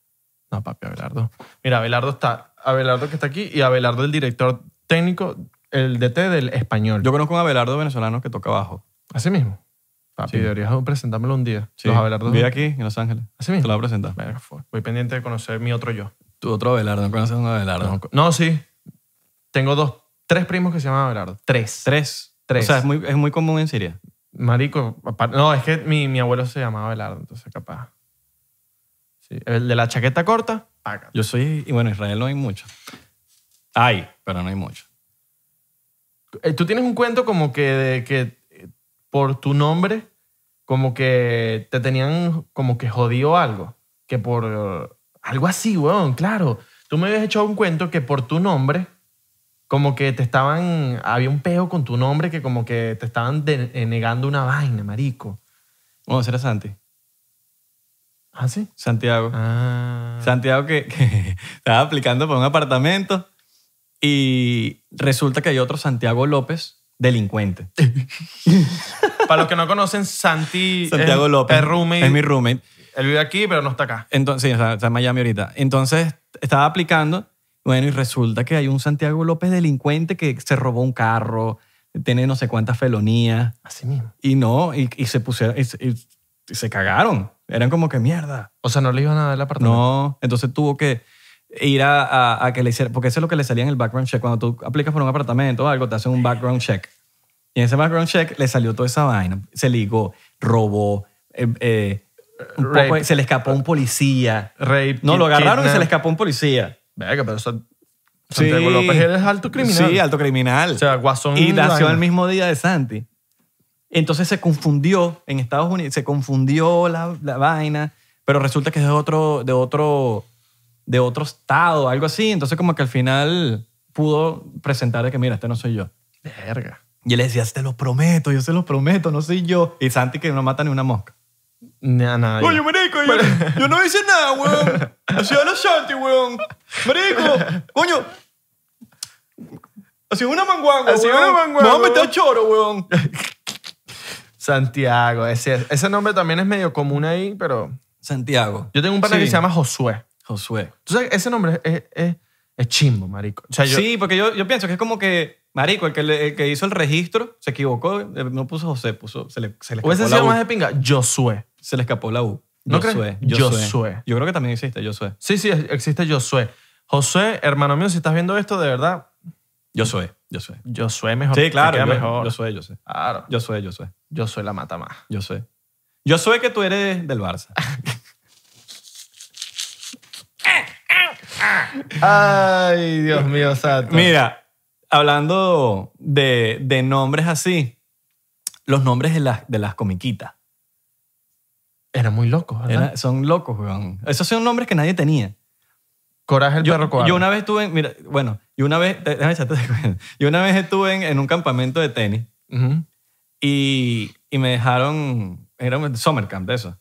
No, papi, Abelardo. Mira, Abelardo está... Abelardo que está aquí y Abelardo el director técnico, el DT del español. Yo conozco un Abelardo venezolano que toca bajo. Así mismo. Papi, Sí. deberías presentármelo un día. Los Abelardos. Vive aquí, en Los Ángeles. Así Te lo mismo. voy a presentar. Verga, fue. Voy pendiente de conocer mi otro yo. Tú otro Abelardo. No conoces a un Abelardo. No, sí. Tengo dos, tres primos que se llaman Abelardo. Tres. Tres. Tres. O sea, es muy, es muy común en Siria. Marico, apar- no, es que mi, mi abuelo se llamaba Abelardo, entonces capaz. Sí, El de la chaqueta corta, paga. Yo soy... Y bueno, en Israel no hay mucho. Hay, pero no hay mucho. Eh, Tú tienes un cuento como que, de, que eh, por tu nombre, como que te tenían como que jodido algo. Que por... eh, Algo así, weón, claro. Tú me habías hecho un cuento que por tu nombre, como que te estaban... Había un peo con tu nombre que como que te estaban de- eh, negando una vaina, marico. Bueno, será Santi. ¿Ah, sí? Santiago. Ah. Santiago que, que estaba aplicando para un apartamento y resulta que hay otro Santiago López, delincuente. Para los que no conocen, Santi Santiago es, López. es roommate. Es mi roommate. Él vive aquí, pero no está acá. Entonces, sí, está, está en Miami ahorita. Entonces estaba aplicando, bueno, y resulta que hay un Santiago López delincuente que se robó un carro, tiene no sé cuántas felonías. Así mismo. Y no, y, y se pusieron, y, se- y- y se cagaron. Eran como que mierda. O sea, no le iban a dar el apartamento. No, entonces tuvo que ir a, a- a que le hicieran, porque eso es lo que le salía en el background check. Cuando tú aplicas por un apartamento o algo, te hacen un background check. Y en ese background check le salió toda esa vaina. Se ligó, robó, eh, eh, un poco- Rape. se le escapó un policía. Rape, No, lo kid- agarraron y kidnap. se le escapó un policía. Verga, pero San- Sí. Santiago López él es alto criminal. Sí, alto criminal. O sea, Guasón. y nació vaina. el mismo día de Santi. Entonces se confundió en Estados Unidos, se confundió la, la vaina, pero resulta que es de otro, de otro, de otro estado, algo así. Entonces como que al final pudo presentar de que mira, este no soy yo. Verga. Y él decía, te lo prometo, yo se lo prometo, no soy yo. Y Santi que no mata ni una mosca. Ni a nadie. marico, yo, yo no hice nada, weón. Así habla Santi, weón. Marico, coño. Así una manguanga, Así una manguanga, Vamos a meter weón. a choro, weón. Santiago. Ese, ese nombre también es medio común ahí, pero... Santiago. Yo tengo un pana Sí. que se llama Josué. Josué. Tú sabes, ese nombre es, es, es chimbo, marico. O sea, yo... Sí, porque yo, yo pienso que es como que, marico, el que, le- el que hizo el registro se equivocó, eh, no puso José, puso, se le, se le Hubiese escapó la sido U. más de pinga. Josué. Se le escapó la U. ¿No Josué, crees? Josué. Josué. Yo creo que también hiciste Josué. Sí, sí, existe Josué. Josué, hermano mío, si estás viendo esto, de verdad, Josué, Josué. Josué mejor. Sí, te claro, queda yo, mejor. Josué, Josué. Claro. Josué, Josué. Josué la mata más. Josué. Josué que tú eres del Barça. Ah, Ay, Dios mío, santo. Mira, hablando de, de nombres así, los nombres de las, de las comiquitas Era muy loco, ¿verdad? Era- son locos, weón. Esos son nombres que nadie tenía. Coraje el yo, perro cobarde. yo una vez estuve, en- mira, bueno, yo una vez, te- déjame echarte de cuenta. Yo una vez estuve en, en un campamento de tenis Ujú. y, y me dejaron, era un summer camp de eso,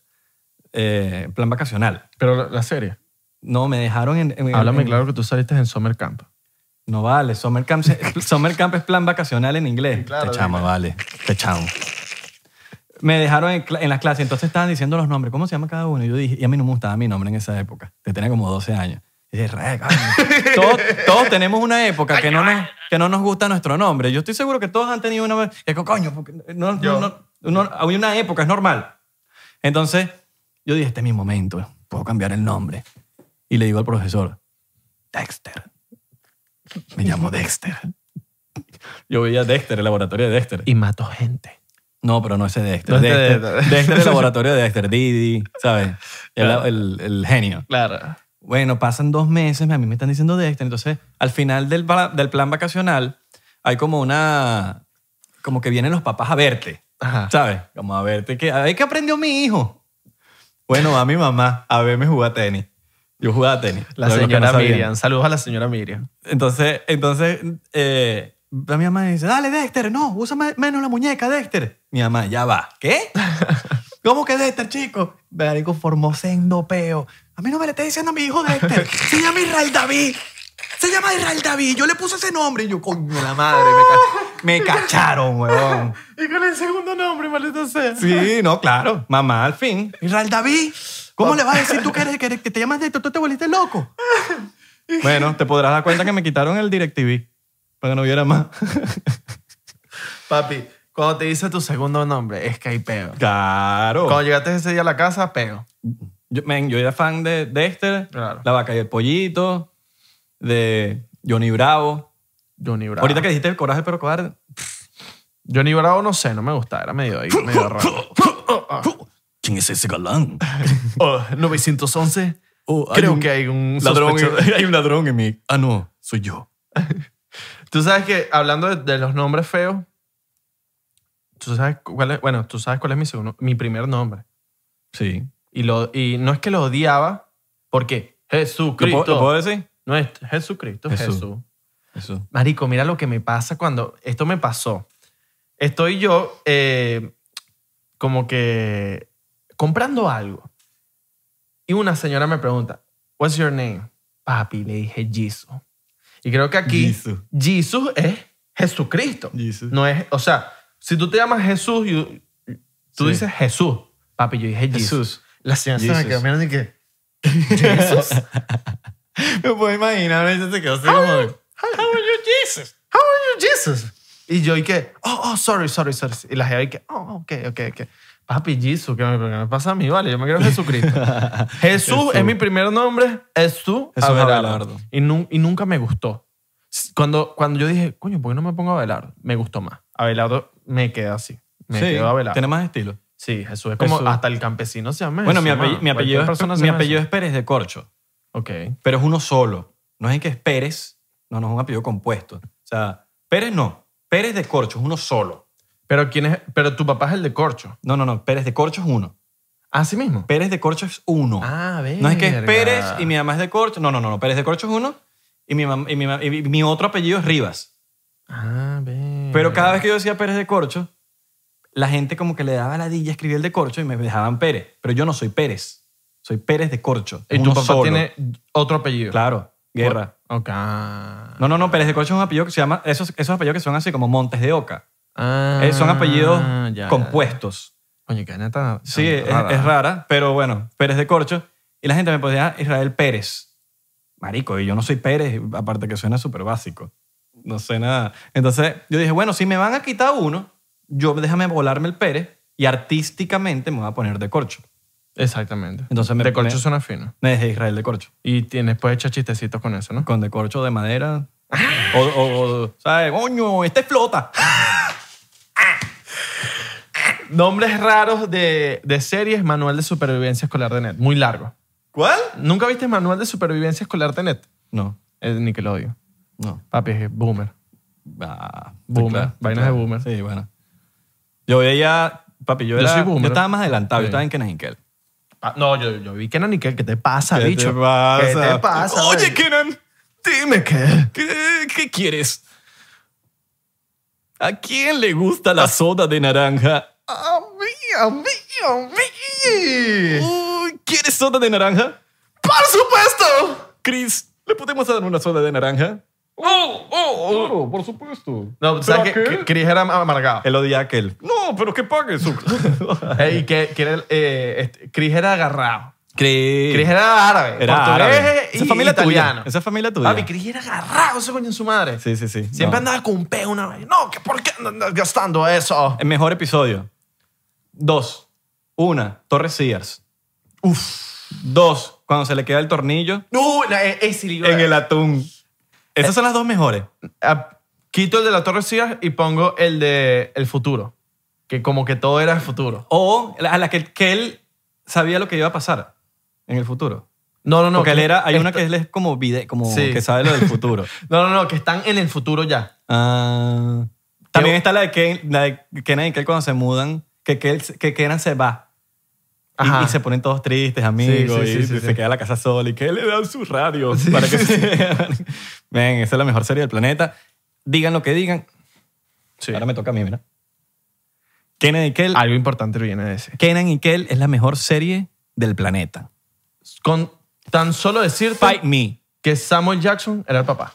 eh, plan vacacional. Pero la, la serie. No, me dejaron en... en- Háblame en- claro que tú saliste en Summer Camp. No vale, summer camp, se- summer camp es plan vacacional en inglés. claro, te chamo, vale, te chamo. Me dejaron en, cla- en las clases, entonces estaban diciendo los nombres, ¿cómo se llama cada uno? Y yo dije, y a mí no me gustaba mi nombre en esa época, que tenía como 12 años. Y dije, "Re, coño". todos, todos tenemos una época que no, nos, que no nos gusta nuestro nombre. Yo estoy seguro que todos han tenido una vez, que coño, porque no, no- Yo. no- uno- hay una época, es normal. Entonces, yo dije, este es mi momento, puedo cambiar el nombre. Y le digo al profesor, Dexter. Me llamo Dexter. Yo veía Dexter, el laboratorio de Dexter. Y mató gente. No, pero no ese Dexter. No ese Dexter, Dexter. Dexter, el laboratorio de Dexter. Didi, ¿sabes? El, el- el genio. Claro. Bueno, pasan dos meses, a mí me están diciendo Dexter. Entonces, al final del, va- del plan vacacional, hay como una... Como que vienen los papás a verte, Ajá. ¿sabes? Como a verte, que, a ver qué aprendió mi hijo. Bueno, va mi mamá a verme jugar tenis. Yo jugaba tenis. La lo que no señora sabían. Miriam. Saludos a la señora Miriam. Entonces, entonces eh, mi mamá dice, dale, Dexter, no, usa me- menos la muñeca, Dexter. Mi mamá, ya va. ¿Qué? ¿Cómo que Dexter, chico? Marico formó sendopeo. A mí no me le está diciendo a mi hijo Dexter. Se llama Israel David. Se llama Israel David. Yo le puse ese nombre. Y yo, coño, la madre, me, ca- me cacharon, huevón. Y con el segundo nombre, maldita sea. Sí, no, claro. Mamá, al fin. Israel David, ¿cómo le vas a decir tú que, eres, que, eres- que te llamas Néstor? Tú te volviste loco. Bueno, te podrás dar cuenta que me quitaron el DirecTV para que no viera más. Papi, cuando te dice tu segundo nombre, es que hay peo. Cuando Claro. llegaste ese día a la casa, peo. Yo, men, yo era fan de Dexter, Claro. La Vaca y el Pollito, de Johnny Bravo. Johnny Bravo. Ahorita que dijiste el coraje pero cobarde. Johnny Bravo no sé, no me gustaba, era medio ahí, medio raro. ¿Quién es ese galán? Oh, 911. Oh, hay Creo un que hay un ladrón, sospechoso. hay un ladrón en mí. Ah, no, soy yo. Tú sabes que, hablando de, de los nombres feos, tú sabes cuál es, bueno, tú sabes cuál es mi segundo, mi primer nombre. Sí. Y, lo, y no es que lo odiaba, porque ¿Lo puedo, Jesucristo. lo puedo decir? No es Jesucristo, es Jesús. Jesús. Eso. Marico, mira lo que me pasa cuando esto me pasó. Estoy yo eh, como que comprando algo. Y una señora me pregunta, What's your name? Papi, le dije Jesus. Y creo que aquí Jesus. Jesus es Jesucristo. Jesus. No es, o sea, si tú te llamas Jesús, you- tú Sí. dices Jesús. Papi, yo dije Jesus. Jesús. La señora se me Jesus. quedó mirando y que, ¿Jesus? Me puedo imaginar, a veces se quedó así como... How are you Jesus? How are you Jesus? Y yo y que, oh, oh, sorry, sorry, sorry. Y la jeva y que, oh, ok, ok, ok. Papi, Jesus, ¿qué me, qué me pasa a mí? Vale, yo me quiero Jesucristo. Jesús es mi primer nombre, Jesús, Jesús Abelardo. Abelardo. Y, nu- y nunca me gustó. Cuando, cuando yo dije, coño, ¿por qué no me pongo Abelardo? Me gustó más. Abelardo me queda así. Me Sí, quedó Abelardo. tiene más estilo. Sí, Jesús es como Jesús. hasta el campesino se llama Bueno, mi, Jesús, apelli- mano. mi apellido, Cualquier es, persona se mi llama apellido Jesús. es Pérez de Corcho, Ok. pero es uno solo. No es el que es Pérez, no, no es un apellido compuesto. O sea, Pérez no, Pérez de Corcho es uno solo. Pero, ¿quién es? Pero tu papá es el de corcho. No, no, no, Pérez de Corcho es uno. Así mismo. Pérez de Corcho es uno. Ah, a ver. ¿Ah, no es que es Pérez y mi mamá es de Corcho. No, no, no, no, Pérez de Corcho es uno y mi, mam- y mi mam- y mi- mi otro apellido es Rivas. Ah, ver. Pero cada vez que yo decía Pérez de Corcho, la gente como que le daba la dilla escribir el de Corcho y me dejaban Pérez. Pero yo no soy Pérez, soy Pérez de Corcho. Y tu uno papá solo. tiene otro apellido. Claro, guerra. Ok. No, no, no, Pérez de Corcho es un apellido que se llama, esos, esos apellidos que son así como Montes de Oca. Ah, Eh, son apellidos ya, ya. compuestos. Coño, qué neta. Sí, es, es rara, pero bueno, Pérez de Corcho. Y la gente me podía Israel Pérez. Marico, y yo no soy Pérez, aparte que suena súper básico. No sé nada. Entonces yo dije, bueno, si me van a quitar uno, yo déjame volarme el Pérez y artísticamente me voy a poner de Corcho. Exactamente. Entonces me, de corcho me- suena fino. me dejé Israel de Corcho. Y tienes, puedes echar chistecitos con eso, ¿no? Con de Corcho de madera. Ah. O, o, o, ¿sabes? ¡Coño! ¡Este flota! Nombres raros de, de series, Manual de Supervivencia Escolar de Net. Muy largo. ¿Cuál? ¿Nunca viste Manual de Supervivencia Escolar de Net? No, Eh, Nickelodeon. no. Papi, es boomer. Ah, Boomer, sí, claro, vainas claro. de boomer. Sí, bueno. Yo veía, papi, yo, Yo era, soy boomer. yo estaba más adelantado, Sí. yo estaba en Kenan Pa- Ah, no, yo, yo vi Kenan y Kel. ¿Qué te pasa, Ah, bicho? ¿Qué te pasa? Oye, güey? Kenan, Dime qué. ¿qué, qué quieres? ¿A quién le gusta la soda de naranja? A mí, a mí, a mí. Uy, ¿quieres soda de naranja? ¡Por supuesto! Chris, ¿le podemos dar una soda de naranja? ¡Oh, oh, oh! por supuesto. No, ¿sabes que, que Chris era amargado? Él odia a aquel. No, pero que pague su... Eh, y que, que era el, eh, este, Chris era agarrado. Chris. Chris era árabe. Era portugués árabe. y Esa familia italiano. tuya. Esa familia tuya. Papi, Chris era agarrado ese coño en su madre. Sí, sí, sí. Siempre No. andaba con un peo una vez. No, que ¿por qué andas gastando eso? El mejor episodio. Dos. Una, Torres Sears. Uf. Dos, cuando se le queda el tornillo No, la- eh, ese libro. en el atún. Esas son las dos mejores. Ah, Quito el de la Torre Sears y pongo el de El Futuro. Que como que todo era el futuro. O a la que, que él sabía lo que iba a pasar en el futuro. No, no, no. Porque él era, hay esto- una que él es como, vide, como Sí. que sabe lo del futuro. No, no, no, que están en el futuro ya. Ah, también está la de, Ken, la de Kenan y Kel cuando se mudan, que, Kel- que Kenan se va. Y- Ajá. Y, se ponen todos tristes, amigos, Sí, sí, sí, y sí, se sí. queda la casa sola y que le dan sus radios para que se... Ven, esa es la mejor serie del planeta. Digan lo que digan. Sí. Ahora me toca a mí, mira. Kenan y Kel. Algo importante viene de ese. Kenan y Kel es la mejor serie del planeta. Con tan solo decirte Fight me. que Samuel Jackson era el papá.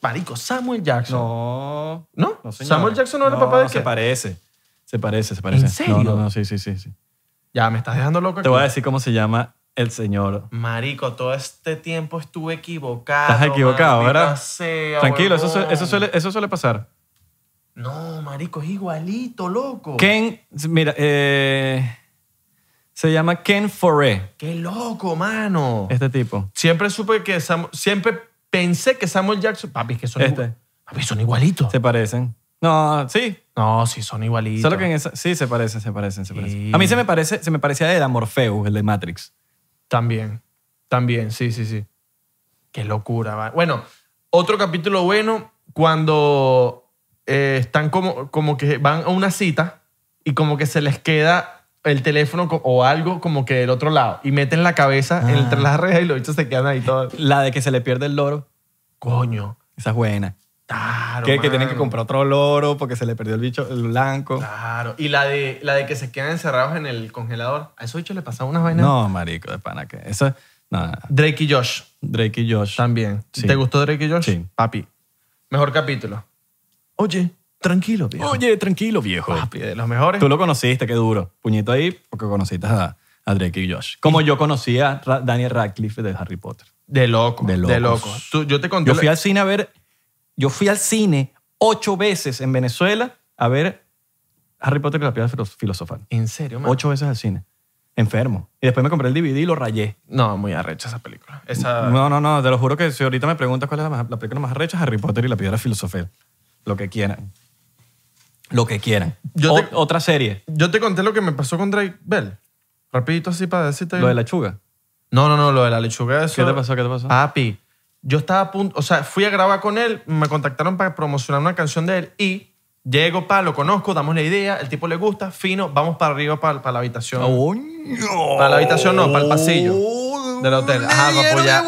Marico, Samuel Jackson. No. ¿No? señor. ¿Samuel Jackson no era el papá de se qué? parece. Se parece, se parece. serio? No, no, no, sí, sí, sí. sí. Ya, me estás dejando loco Te aquí. voy a decir cómo se llama el señor. Marico, todo este tiempo estuve equivocado. Estás equivocado, maldita ¿verdad? sea, Tranquilo, eso, su- huevón. eso, suele, eso suele pasar. No, marico, es igualito, loco. Oh. Ken, mira, eh, se llama Ken Foray, Qué loco, mano. este tipo. Siempre supe que Sam- siempre pensé que Samuel Jackson, papi, es que son Este. igu- papi, son igualitos. Se parecen. No, sí. No, sí son igualitos. Solo que en esa, sí, se parecen, se parecen, se parecen. Sí. A mí se me parece, se me parecía el Morpheus, el de Matrix. También. También, sí, sí, sí. Qué locura, va. Bueno, otro capítulo bueno cuando eh, están como como que van a una cita y como que se les queda el teléfono co- o algo como que del otro lado y meten la cabeza Ah. entre las rejas y los bichos se quedan ahí todos. La de que se le pierde el loro, Coño. esa es buena. Claro. Que, que tienen que mano. comprar otro loro porque se le perdió el bicho, el blanco. Claro. Y la de, la de que se quedan encerrados en el congelador. A esos bichos le pasaban unas vainas. No, marico, de pana que. Eso, no, no, Drake y Josh Drake y Josh. también. Sí. ¿Te gustó Drake y Josh? Sí. Papi. Mejor capítulo. Oye, tranquilo, viejo. Oye, tranquilo, viejo. Papi, de los mejores. Tú lo conociste, qué duro. Puñito ahí porque conociste a, a Drake y Josh. Como yo conocí a Ra- Daniel Radcliffe de Harry Potter. De loco. De De locos. loco. Tú- yo te conté. Yo fui al cine a ver... Yo fui al cine ocho veces en Venezuela a ver Harry Potter y la piedra filo- filosofal. En serio, man. Ocho veces al cine. Enfermo. Y después me compré el DVD y lo rayé. No, muy arrecha esa película. Esa. No, no, no. Te lo juro que si ahorita me preguntas cuál es la, más- la película más arrecha, Harry Potter y la piedra filosofal. Lo que quieran. Lo que quieran. Yo O- te- Otra serie. Yo te conté lo que me pasó con Drake Bell. Rapidito así para decirte. Lo de la chuga. No, no, no, lo de la lechuga. Eso... ¿Qué te pasó? ¿Qué te pasó? Papi, yo estaba a punto, o sea, fui a grabar con él, me contactaron para promocionar una canción de él y llego, pa, lo conozco, damos la idea, el tipo le gusta, fino, vamos para arriba, para, la habitación. Oh. Para la habitación no, para el pasillo del hotel. Ajá, para apoyar.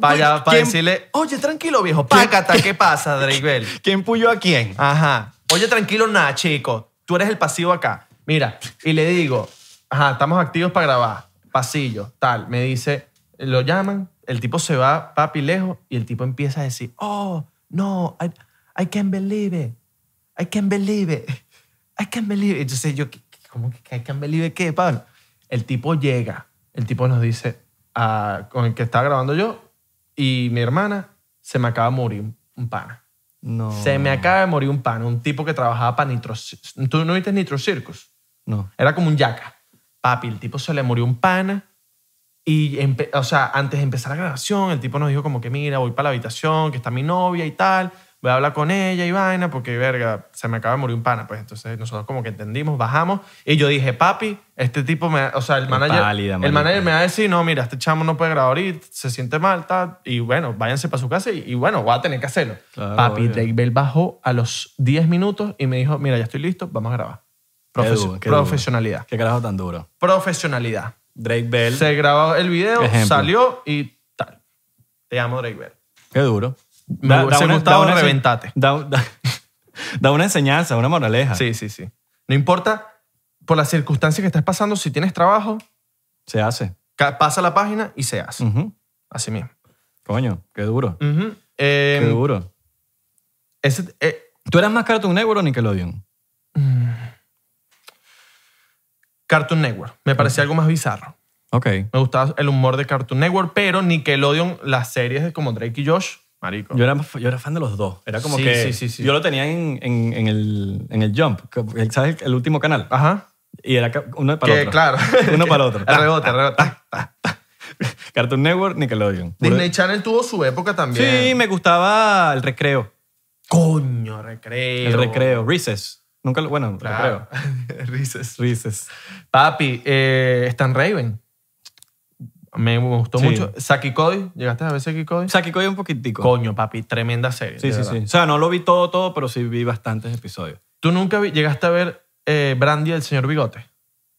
Para, allá, para decirle, oye, tranquilo, viejo, pácata, ¿qué pasa, Drake Bell? ¿Quién puyó a quién? Ajá. Oye, tranquilo, nada, chico. Tú eres el pasivo acá. Mira, y le digo, ajá, estamos activos para grabar. Pasillo, tal. Me dice, lo llaman, el tipo se va, papi, lejos, y el tipo empieza a decir, oh, no, I, I can't believe it. I can't believe it. I can't believe it. Entonces yo, ¿qué- qué- ¿cómo que I can't believe it qué, Pablo? El tipo llega, el tipo nos dice, ah, con el que estaba grabando yo y mi hermana, se me acaba de morir un- un pana. No. Se me acaba de morir un pana, un tipo que trabajaba para Nitro. Cir- ¿Tú no viste Nitro Circus? No. Era como un yaca. Papi, el tipo se le murió un pana. Y, empe- o sea, antes de empezar la grabación, el tipo nos dijo como que, mira, voy para la habitación, que está mi novia y tal, voy a hablar con ella y vaina, porque, verga, se me acaba de morir un pana. Pues entonces nosotros como que entendimos, bajamos, y yo dije, papi, este tipo, me, o sea, el manager, pálida, el marico. manager me va a decir, no, mira, este chamo no puede grabar ahorita, se siente mal, tal, y bueno, váyanse para su casa y, y bueno, voy a tener que hacerlo. Claro, papi, obvio. Drake Bell bajó a los 10 minutos y me dijo, mira, ya estoy listo, vamos a grabar. Qué Profes- duro, qué duro. profesionalidad ¿Qué carajo tan duro? profesionalidad. Drake Bell. Se grabó el video, Ejemplo. salió y tal. Te llamo Drake Bell. Qué duro. Me hubiese gustado reventate. Da, da- da una enseñanza, una moraleja. Sí, sí, sí. No importa por las circunstancias que estás pasando, si tienes trabajo, Se hace. ca- pasa la página y se hace. Ujú. Así mismo. Coño, qué duro. Ujú. Qué Eh, duro. ese- eh, ¿Tú eras más Cartoon Network o Nickelodeon? Cartoon Network. Me parecía algo más bizarro. Ok. Me gustaba el humor de Cartoon Network, pero Nickelodeon, las series de como Drake y Josh, marico. Yo era, yo era fan de los dos. Era como Sí, que sí, sí, sí. yo lo tenía en, en- en el, en el Jump, que- el- ¿sabes? El último canal. Ajá. Y era ca- uno para Que, otro. claro. Uno para otro. Ah, El rebote, el rebote. Cartoon Network, Nickelodeon. Disney Channel tuvo su época también. Sí, me gustaba el recreo. Coño, recreo. El recreo. Recess. Nunca lo, bueno, Claro. recreo. Recess. Recess. Papi, eh, Stan Raven. Me gustó Sí. mucho. Saki Cody. ¿Llegaste a ver Saki Cody? Saki Cody un poquitico. Coño, papi, tremenda serie. sí, de sí, verdad. sí. O sea, no lo vi todo, todo, pero sí vi bastantes episodios. ¿Tú nunca vi- llegaste a ver eh, Brandy el señor Bigote?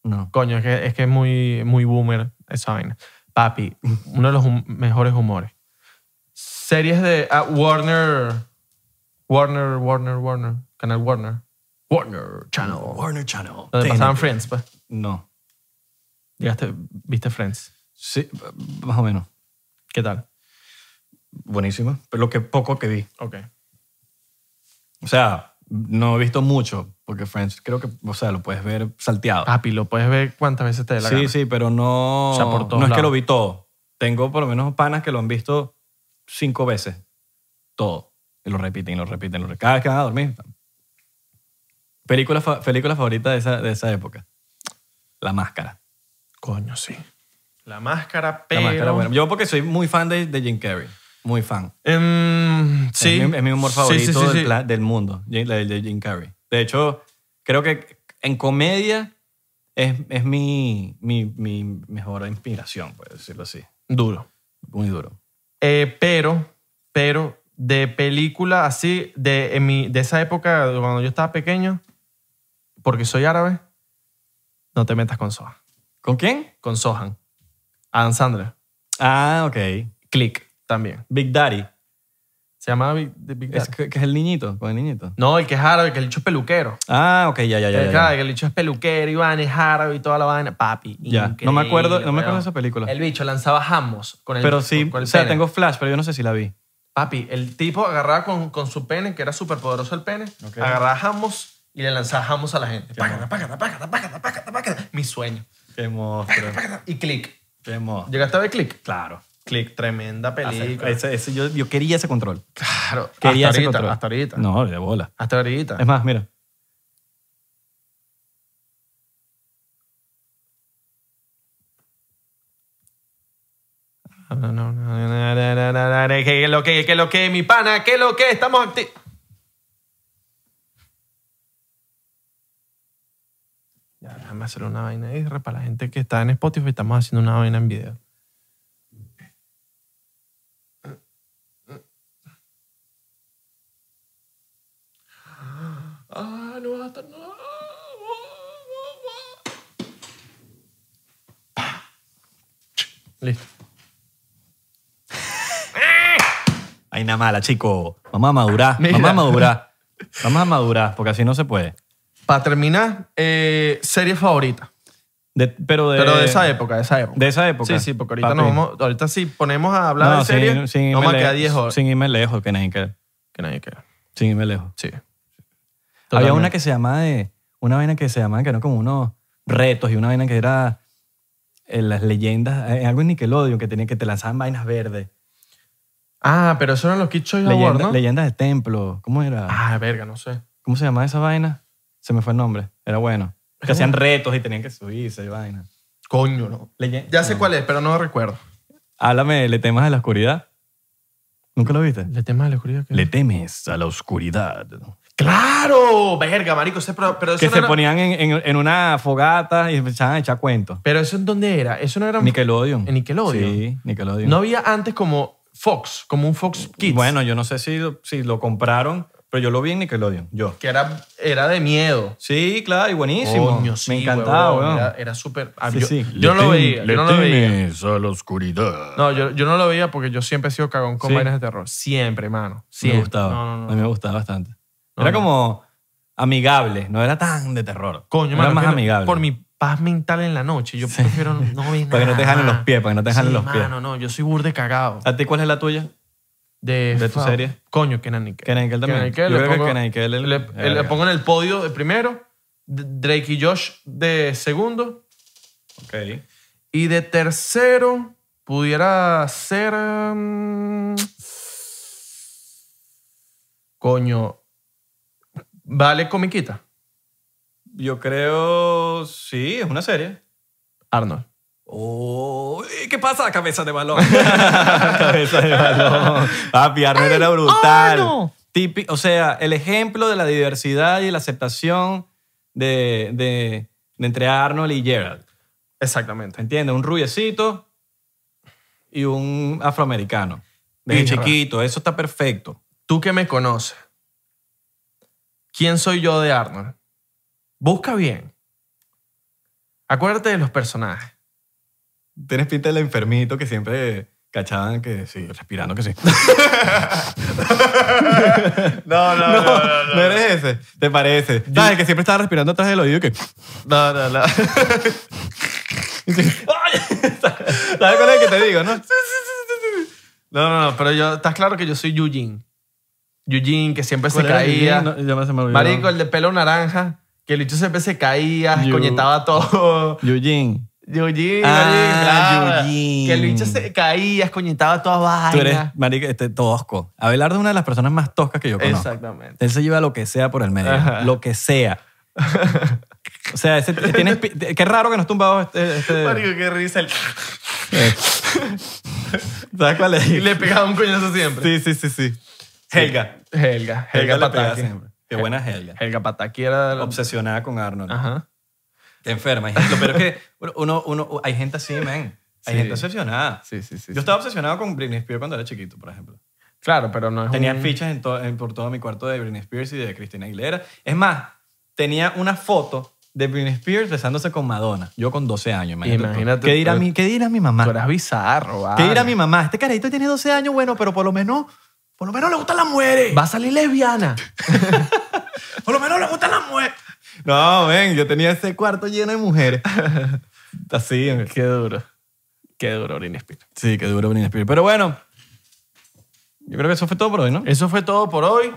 No. Coño, es que es, que es muy, muy boomer esa vaina. Papi, uno de los hum- mejores humores. Series de ah, Warner. Warner, Warner, Warner. Canal Warner. Warner Channel. Warner Channel. Donde TNT. pasaban Friends, pues. No. Llegaste, viste Friends. Sí, más o menos. ¿Qué tal? Buenísima. Pero lo que poco que vi. Ok. O sea, no he visto mucho, porque Friends creo que, o sea, lo puedes ver salteado. Papi, lo puedes ver cuántas veces te dé la sí, gana. sí, pero no, O sea, por todos no es que lados. lo vi todo. Tengo por lo menos panas que lo han visto cinco veces. Todo. Y lo repiten, y lo repiten, lo repiten. Cada vez que van a dormir. Película, fa- película favorita de esa, de esa época. La Máscara. Coño, sí. La máscara, La pero... Máscara, bueno. Yo porque soy muy fan de, de Jim Carrey. Muy fan. Em, sí. Es mi, es mi humor Sí, favorito sí, sí, del, sí. pla- del mundo, Jim- la de Jim Carrey. De hecho, creo que en comedia es, es mi, mi, mi mejor inspiración, por decirlo así. Duro. Muy duro. Eh, pero, pero, de película así, de, en mi- de esa época de cuando yo estaba pequeño, porque soy árabe, no te metas con Sohan. ¿Con quién? Con Sohan. Adam Sandler. Ah, ok. Click también. Big Daddy. Se llamaba Big, The Big Es, Daddy. que, que es el niñito, con el niñito. No, el que es árabe, que el dicho es peluquero. Ah, ok, ya, ya, ya. El ya, cara, ya. que el dicho es peluquero, Iván es árabe y toda la vaina. Papi. Ya. No increíble, me acuerdo, no me acuerdo de weón. esa película. El bicho lanzaba jamos con el pero sí, con- con el o sea, pene. tengo flash, pero yo no sé si la vi. Papi, el tipo agarraba con, con su pene, que era súper poderoso el pene, Ok. agarraba jamos y le lanzaba jamos a la gente. Pácata, pácata, pácata, pácata, pácata, pácata. Mi sueño. Qué monstruo. Y click. Qué monstruo. ¿Llegaste a ver click? Claro. Click, tremenda película. Ese- ese- yo, yo quería ese control. Claro. Quería hasta ese ahorita, control. hasta ahorita. No, de bola. Hasta ahorita. Es más, mira. No, no, no, no, no, no, no, no, ¿Qué lo que, qué lo que, mi pana? ¿Qué lo que? Estamos activos. Ya, déjame hacer una vaina ahí. Para la gente que está en Spotify, estamos haciendo una vaina en video. Ah, no vas a estar- no. Listo. Hay una mala, chico. Vamos a madurar. Mira. Vamos a madurar. Vamos a madurar, porque así no se puede. Para terminar, eh, serie favorita. De- pero, de, Pero de esa época, de esa época. Eh, De esa época. Sí, sí, porque ahorita, Papi. nos vamos, ahorita si ponemos a hablar No, de sin- serie, sin no irme más que a le- 10 horas. Sin irme lejos, que nadie quiere. Que nadie queda. Sin irme lejos. Sí. Había Totalmente. una que se llamaba de. Una vaina que se llamaba, que eran como unos retos y una vaina que era. eh, las leyendas, eh, algo en Nickelodeon que tenía que te lanzaban vainas verdes. Ah, pero eso eran los Kids Choice Leyenda- Awards, ¿no? Leyendas de templo. ¿Cómo era? Ah, verga, no sé. ¿Cómo se llamaba esa vaina? Se me fue el nombre. Era bueno. Que Era hacían retos y tenían que subirse y vaina. Coño, no. Leyen- Ya sé no. cuál es, pero no recuerdo. Háblame, le temas a la oscuridad. ¿Nunca lo viste? ¿El tema de la oscuridad? Le temes a la oscuridad. ¡Claro! Verga, marico. ese pro- pero, eso Que no se era- ponían en, en- en una fogata y empezaban a echar cuentos. pero eso en dónde era? Eso no era... Nickelodeon. En Nickelodeon. Sí, Nickelodeon. No había antes como Fox, como un Fox Kids. Bueno, yo no sé si lo, si lo compraron, pero yo lo vi en Nickelodeon. Yo. Que era, era de miedo. Sí, claro, y buenísimo. Coño, sí, Me encantaba, huevón, weón. Era, era súper. ah, Sí, yo, sí. yo no lo veía. Yo no lo veía. a la oscuridad. No, yo, yo no lo veía porque yo siempre he sido cagón con Sí. vainas de terror. Siempre, mano. Siempre. me gustaba. No, no, A no. mí me gustaba bastante. No, era no. como amigable, no era tan de terror. Coño, era mano, más que no- amigable. Por mi paz mental en la noche. Yo prefiero no ver nada. Para que no te jalen los pies, para que no te jalen Ah. Sí, los pies. mano, no. Yo soy burde cagado. ¿A ti cuál es la tuya? De, ¿De tu fa- serie? Coño, Kenan Nickel. Kenan Nickel también. Nickel, le Yo creo que pongo- Kenan Nickel es el- Le, verga. le pongo en el podio de primero. D- Drake y Josh de segundo. Ok. Y de tercero pudiera ser... mm, coño. Vale, comiquita. Yo creo. Sí, es una serie. Arnold. Oh, ¿Qué pasa? Cabeza de balón. Cabeza de balón. Papi, Arnold era brutal. oh, no. Típi- o sea, el ejemplo de la diversidad y la aceptación de, de- de entre Arnold y Gerald. Exactamente. ¿Entiendes? Un rubiecito y un afroamericano. Desde Isra. chiquito, eso está perfecto. Tú que me conoces, ¿quién soy yo de Arnold? Busca bien. Acuérdate de los personajes. Tienes pinta del enfermito que siempre cachaban que sí, respirando que sí. No, no, no, no eres ese, te parece. ¿Sabes? Que siempre estaba respirando atrás del oído y que... No, no, no. ¿Sabes cuál es el que te digo, no? No, no, no, pero yo, estás claro que yo soy Eugene. Eugene, que siempre se ¿Cuál era el que- caía. no, ya me se me olvidó. Marico, el de pelo naranja, que el bicho siempre se caía, Yu- coñetaba todo. Eugene. Eugene, Ah, marico, claro. Eugene. Que el bicho se caía, coñetaba toda Tú vaina. eres, marico, este, tosco. Abelardo es una de las personas más toscas que yo conozco. Exactamente. Él se lleva lo que sea por el medio. Ajá. Lo que sea. O sea, ese- tienes pi- qué raro que no has tumbado este... este- Marico, qué risa. el- eh. ¿Sabes cuál es? Y le pegaba un coñazo siempre. Sí, sí, sí, sí. Helga. Helga, Helga Helga le pegaba Pataki. siempre. Qué buena Helga. Helga Ah. Pataki era... de los- Obsesionada con Arnold. Ajá. Te enferma, hay gente. Pero es que uno, uno, hay gente así, man. Hay Sí. gente obsesionada. Sí, sí, sí. Yo estaba obsesionado con Britney Spears cuando era chiquito, por ejemplo. Claro, pero no es Tenía un- fichas en to- en- por todo mi cuarto de Britney Spears y de Christina Aguilera. Es más, tenía una foto de Britney Spears besándose con Madonna. Yo con 12 años, imagínate. tú. Imagínate, ¿Qué, dirá pero- mi, ¿Qué dirá mi Tú mamá? eras bizarro, vale. ¿Qué dirá mi mamá? Este carajito tiene 12 años, bueno, pero por lo menos, por lo menos le gustan las mujeres. Va a salir lesbiana. Por lo menos le gustan las mujeres. No, ven, yo tenía ese cuarto lleno de mujeres. Así, eh. men. Qué duro. Qué duro, Britney Spears. Sí, qué duro Britney Spears. Pero bueno, yo creo que eso fue todo por hoy, ¿no? Eso fue todo por hoy.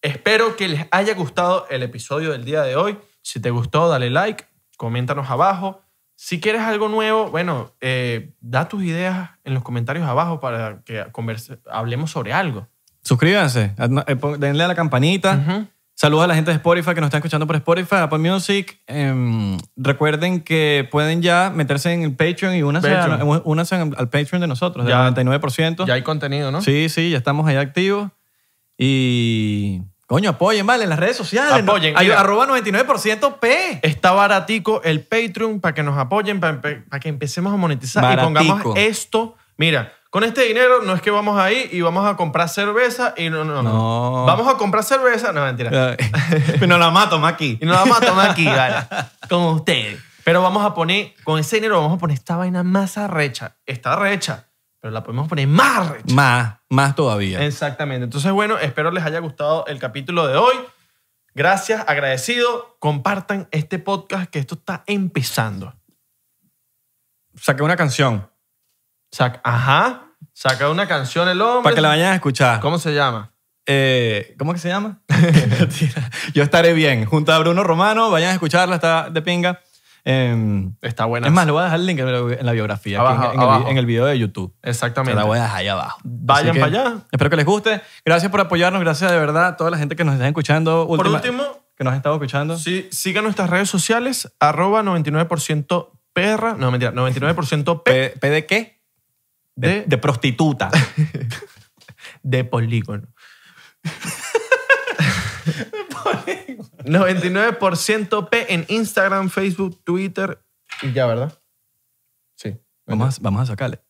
Espero que les haya gustado el episodio del día de hoy. Si te gustó, dale like, coméntanos abajo. Si quieres algo nuevo, bueno, eh, da tus ideas en los comentarios abajo para que converse- hablemos sobre algo. Suscríbanse, adma- eh, pon- denle a la campanita. Ujú. Saludos a la gente de Spotify que nos está escuchando por Spotify, Apple Music. Em, recuerden que pueden ya meterse en el Patreon y únanse, a- Patreon. únanse al al Patreon de nosotros, del Ya. 99%. Ya hay contenido, ¿no? Sí, sí, ya estamos ahí activos. Y, coño, apoyen, ¿vale? En las redes sociales. ¿no? Apoyen, Ay, mira. Arroba 99% P. Está baratico el Patreon para que nos apoyen, para, empe- para que empecemos a monetizar Baratico. y pongamos esto. Mira, con este dinero no es que vamos ahí y vamos a comprar cerveza y no, no, no. No. Vamos a comprar cerveza, no, mentira. Pero no la mato, Maki. Y nos vamos a tomar aquí, vale, con ustedes. Pero vamos a poner, con ese dinero vamos a poner esta vaina más arrecha. Está arrecha, pero la podemos poner más arrecha. Más, más todavía. Exactamente. Entonces, bueno, espero les haya gustado el capítulo de hoy. Gracias, agradecido. Compartan este podcast que esto está empezando. Saqué una canción Saca, ajá. Saca una canción el hombre. para que la vayan a escuchar. ¿Cómo se llama? Eh, ¿Cómo que se llama? Mentira. Yo estaré bien. Junto a Bruno Romano, vayan a escucharla, está de pinga. Eh, Está buena. es más, lo voy a dejar el link en la- en la biografía, aquí Abajo, en, en el, abajo. vi- en el video de YouTube. Se exactamente. la voy a dejar ahí abajo. Vayan Así que para allá. Espero que les guste. Gracias por apoyarnos, gracias de verdad a toda la gente que nos está escuchando. Por última- último, Que nos ha estado escuchando. sí, sigan nuestras redes sociales, arroba 99% perra, no mentira, 99% p P, P de qué? De, de, de prostituta. de polígono. 99% P en Instagram, Facebook, Twitter y ya, ¿verdad? Sí. vamos, a, vamos a sacarle.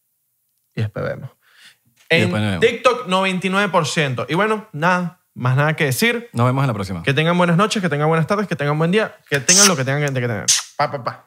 Y después vemos. Y En después nos vemos. TikTok, 99%. Y bueno, nada, más nada que decir. Nos vemos en la próxima. Que tengan buenas noches, que tengan buenas tardes, que tengan buen día, que tengan lo que tengan que que tengan. Pa, pa, pa.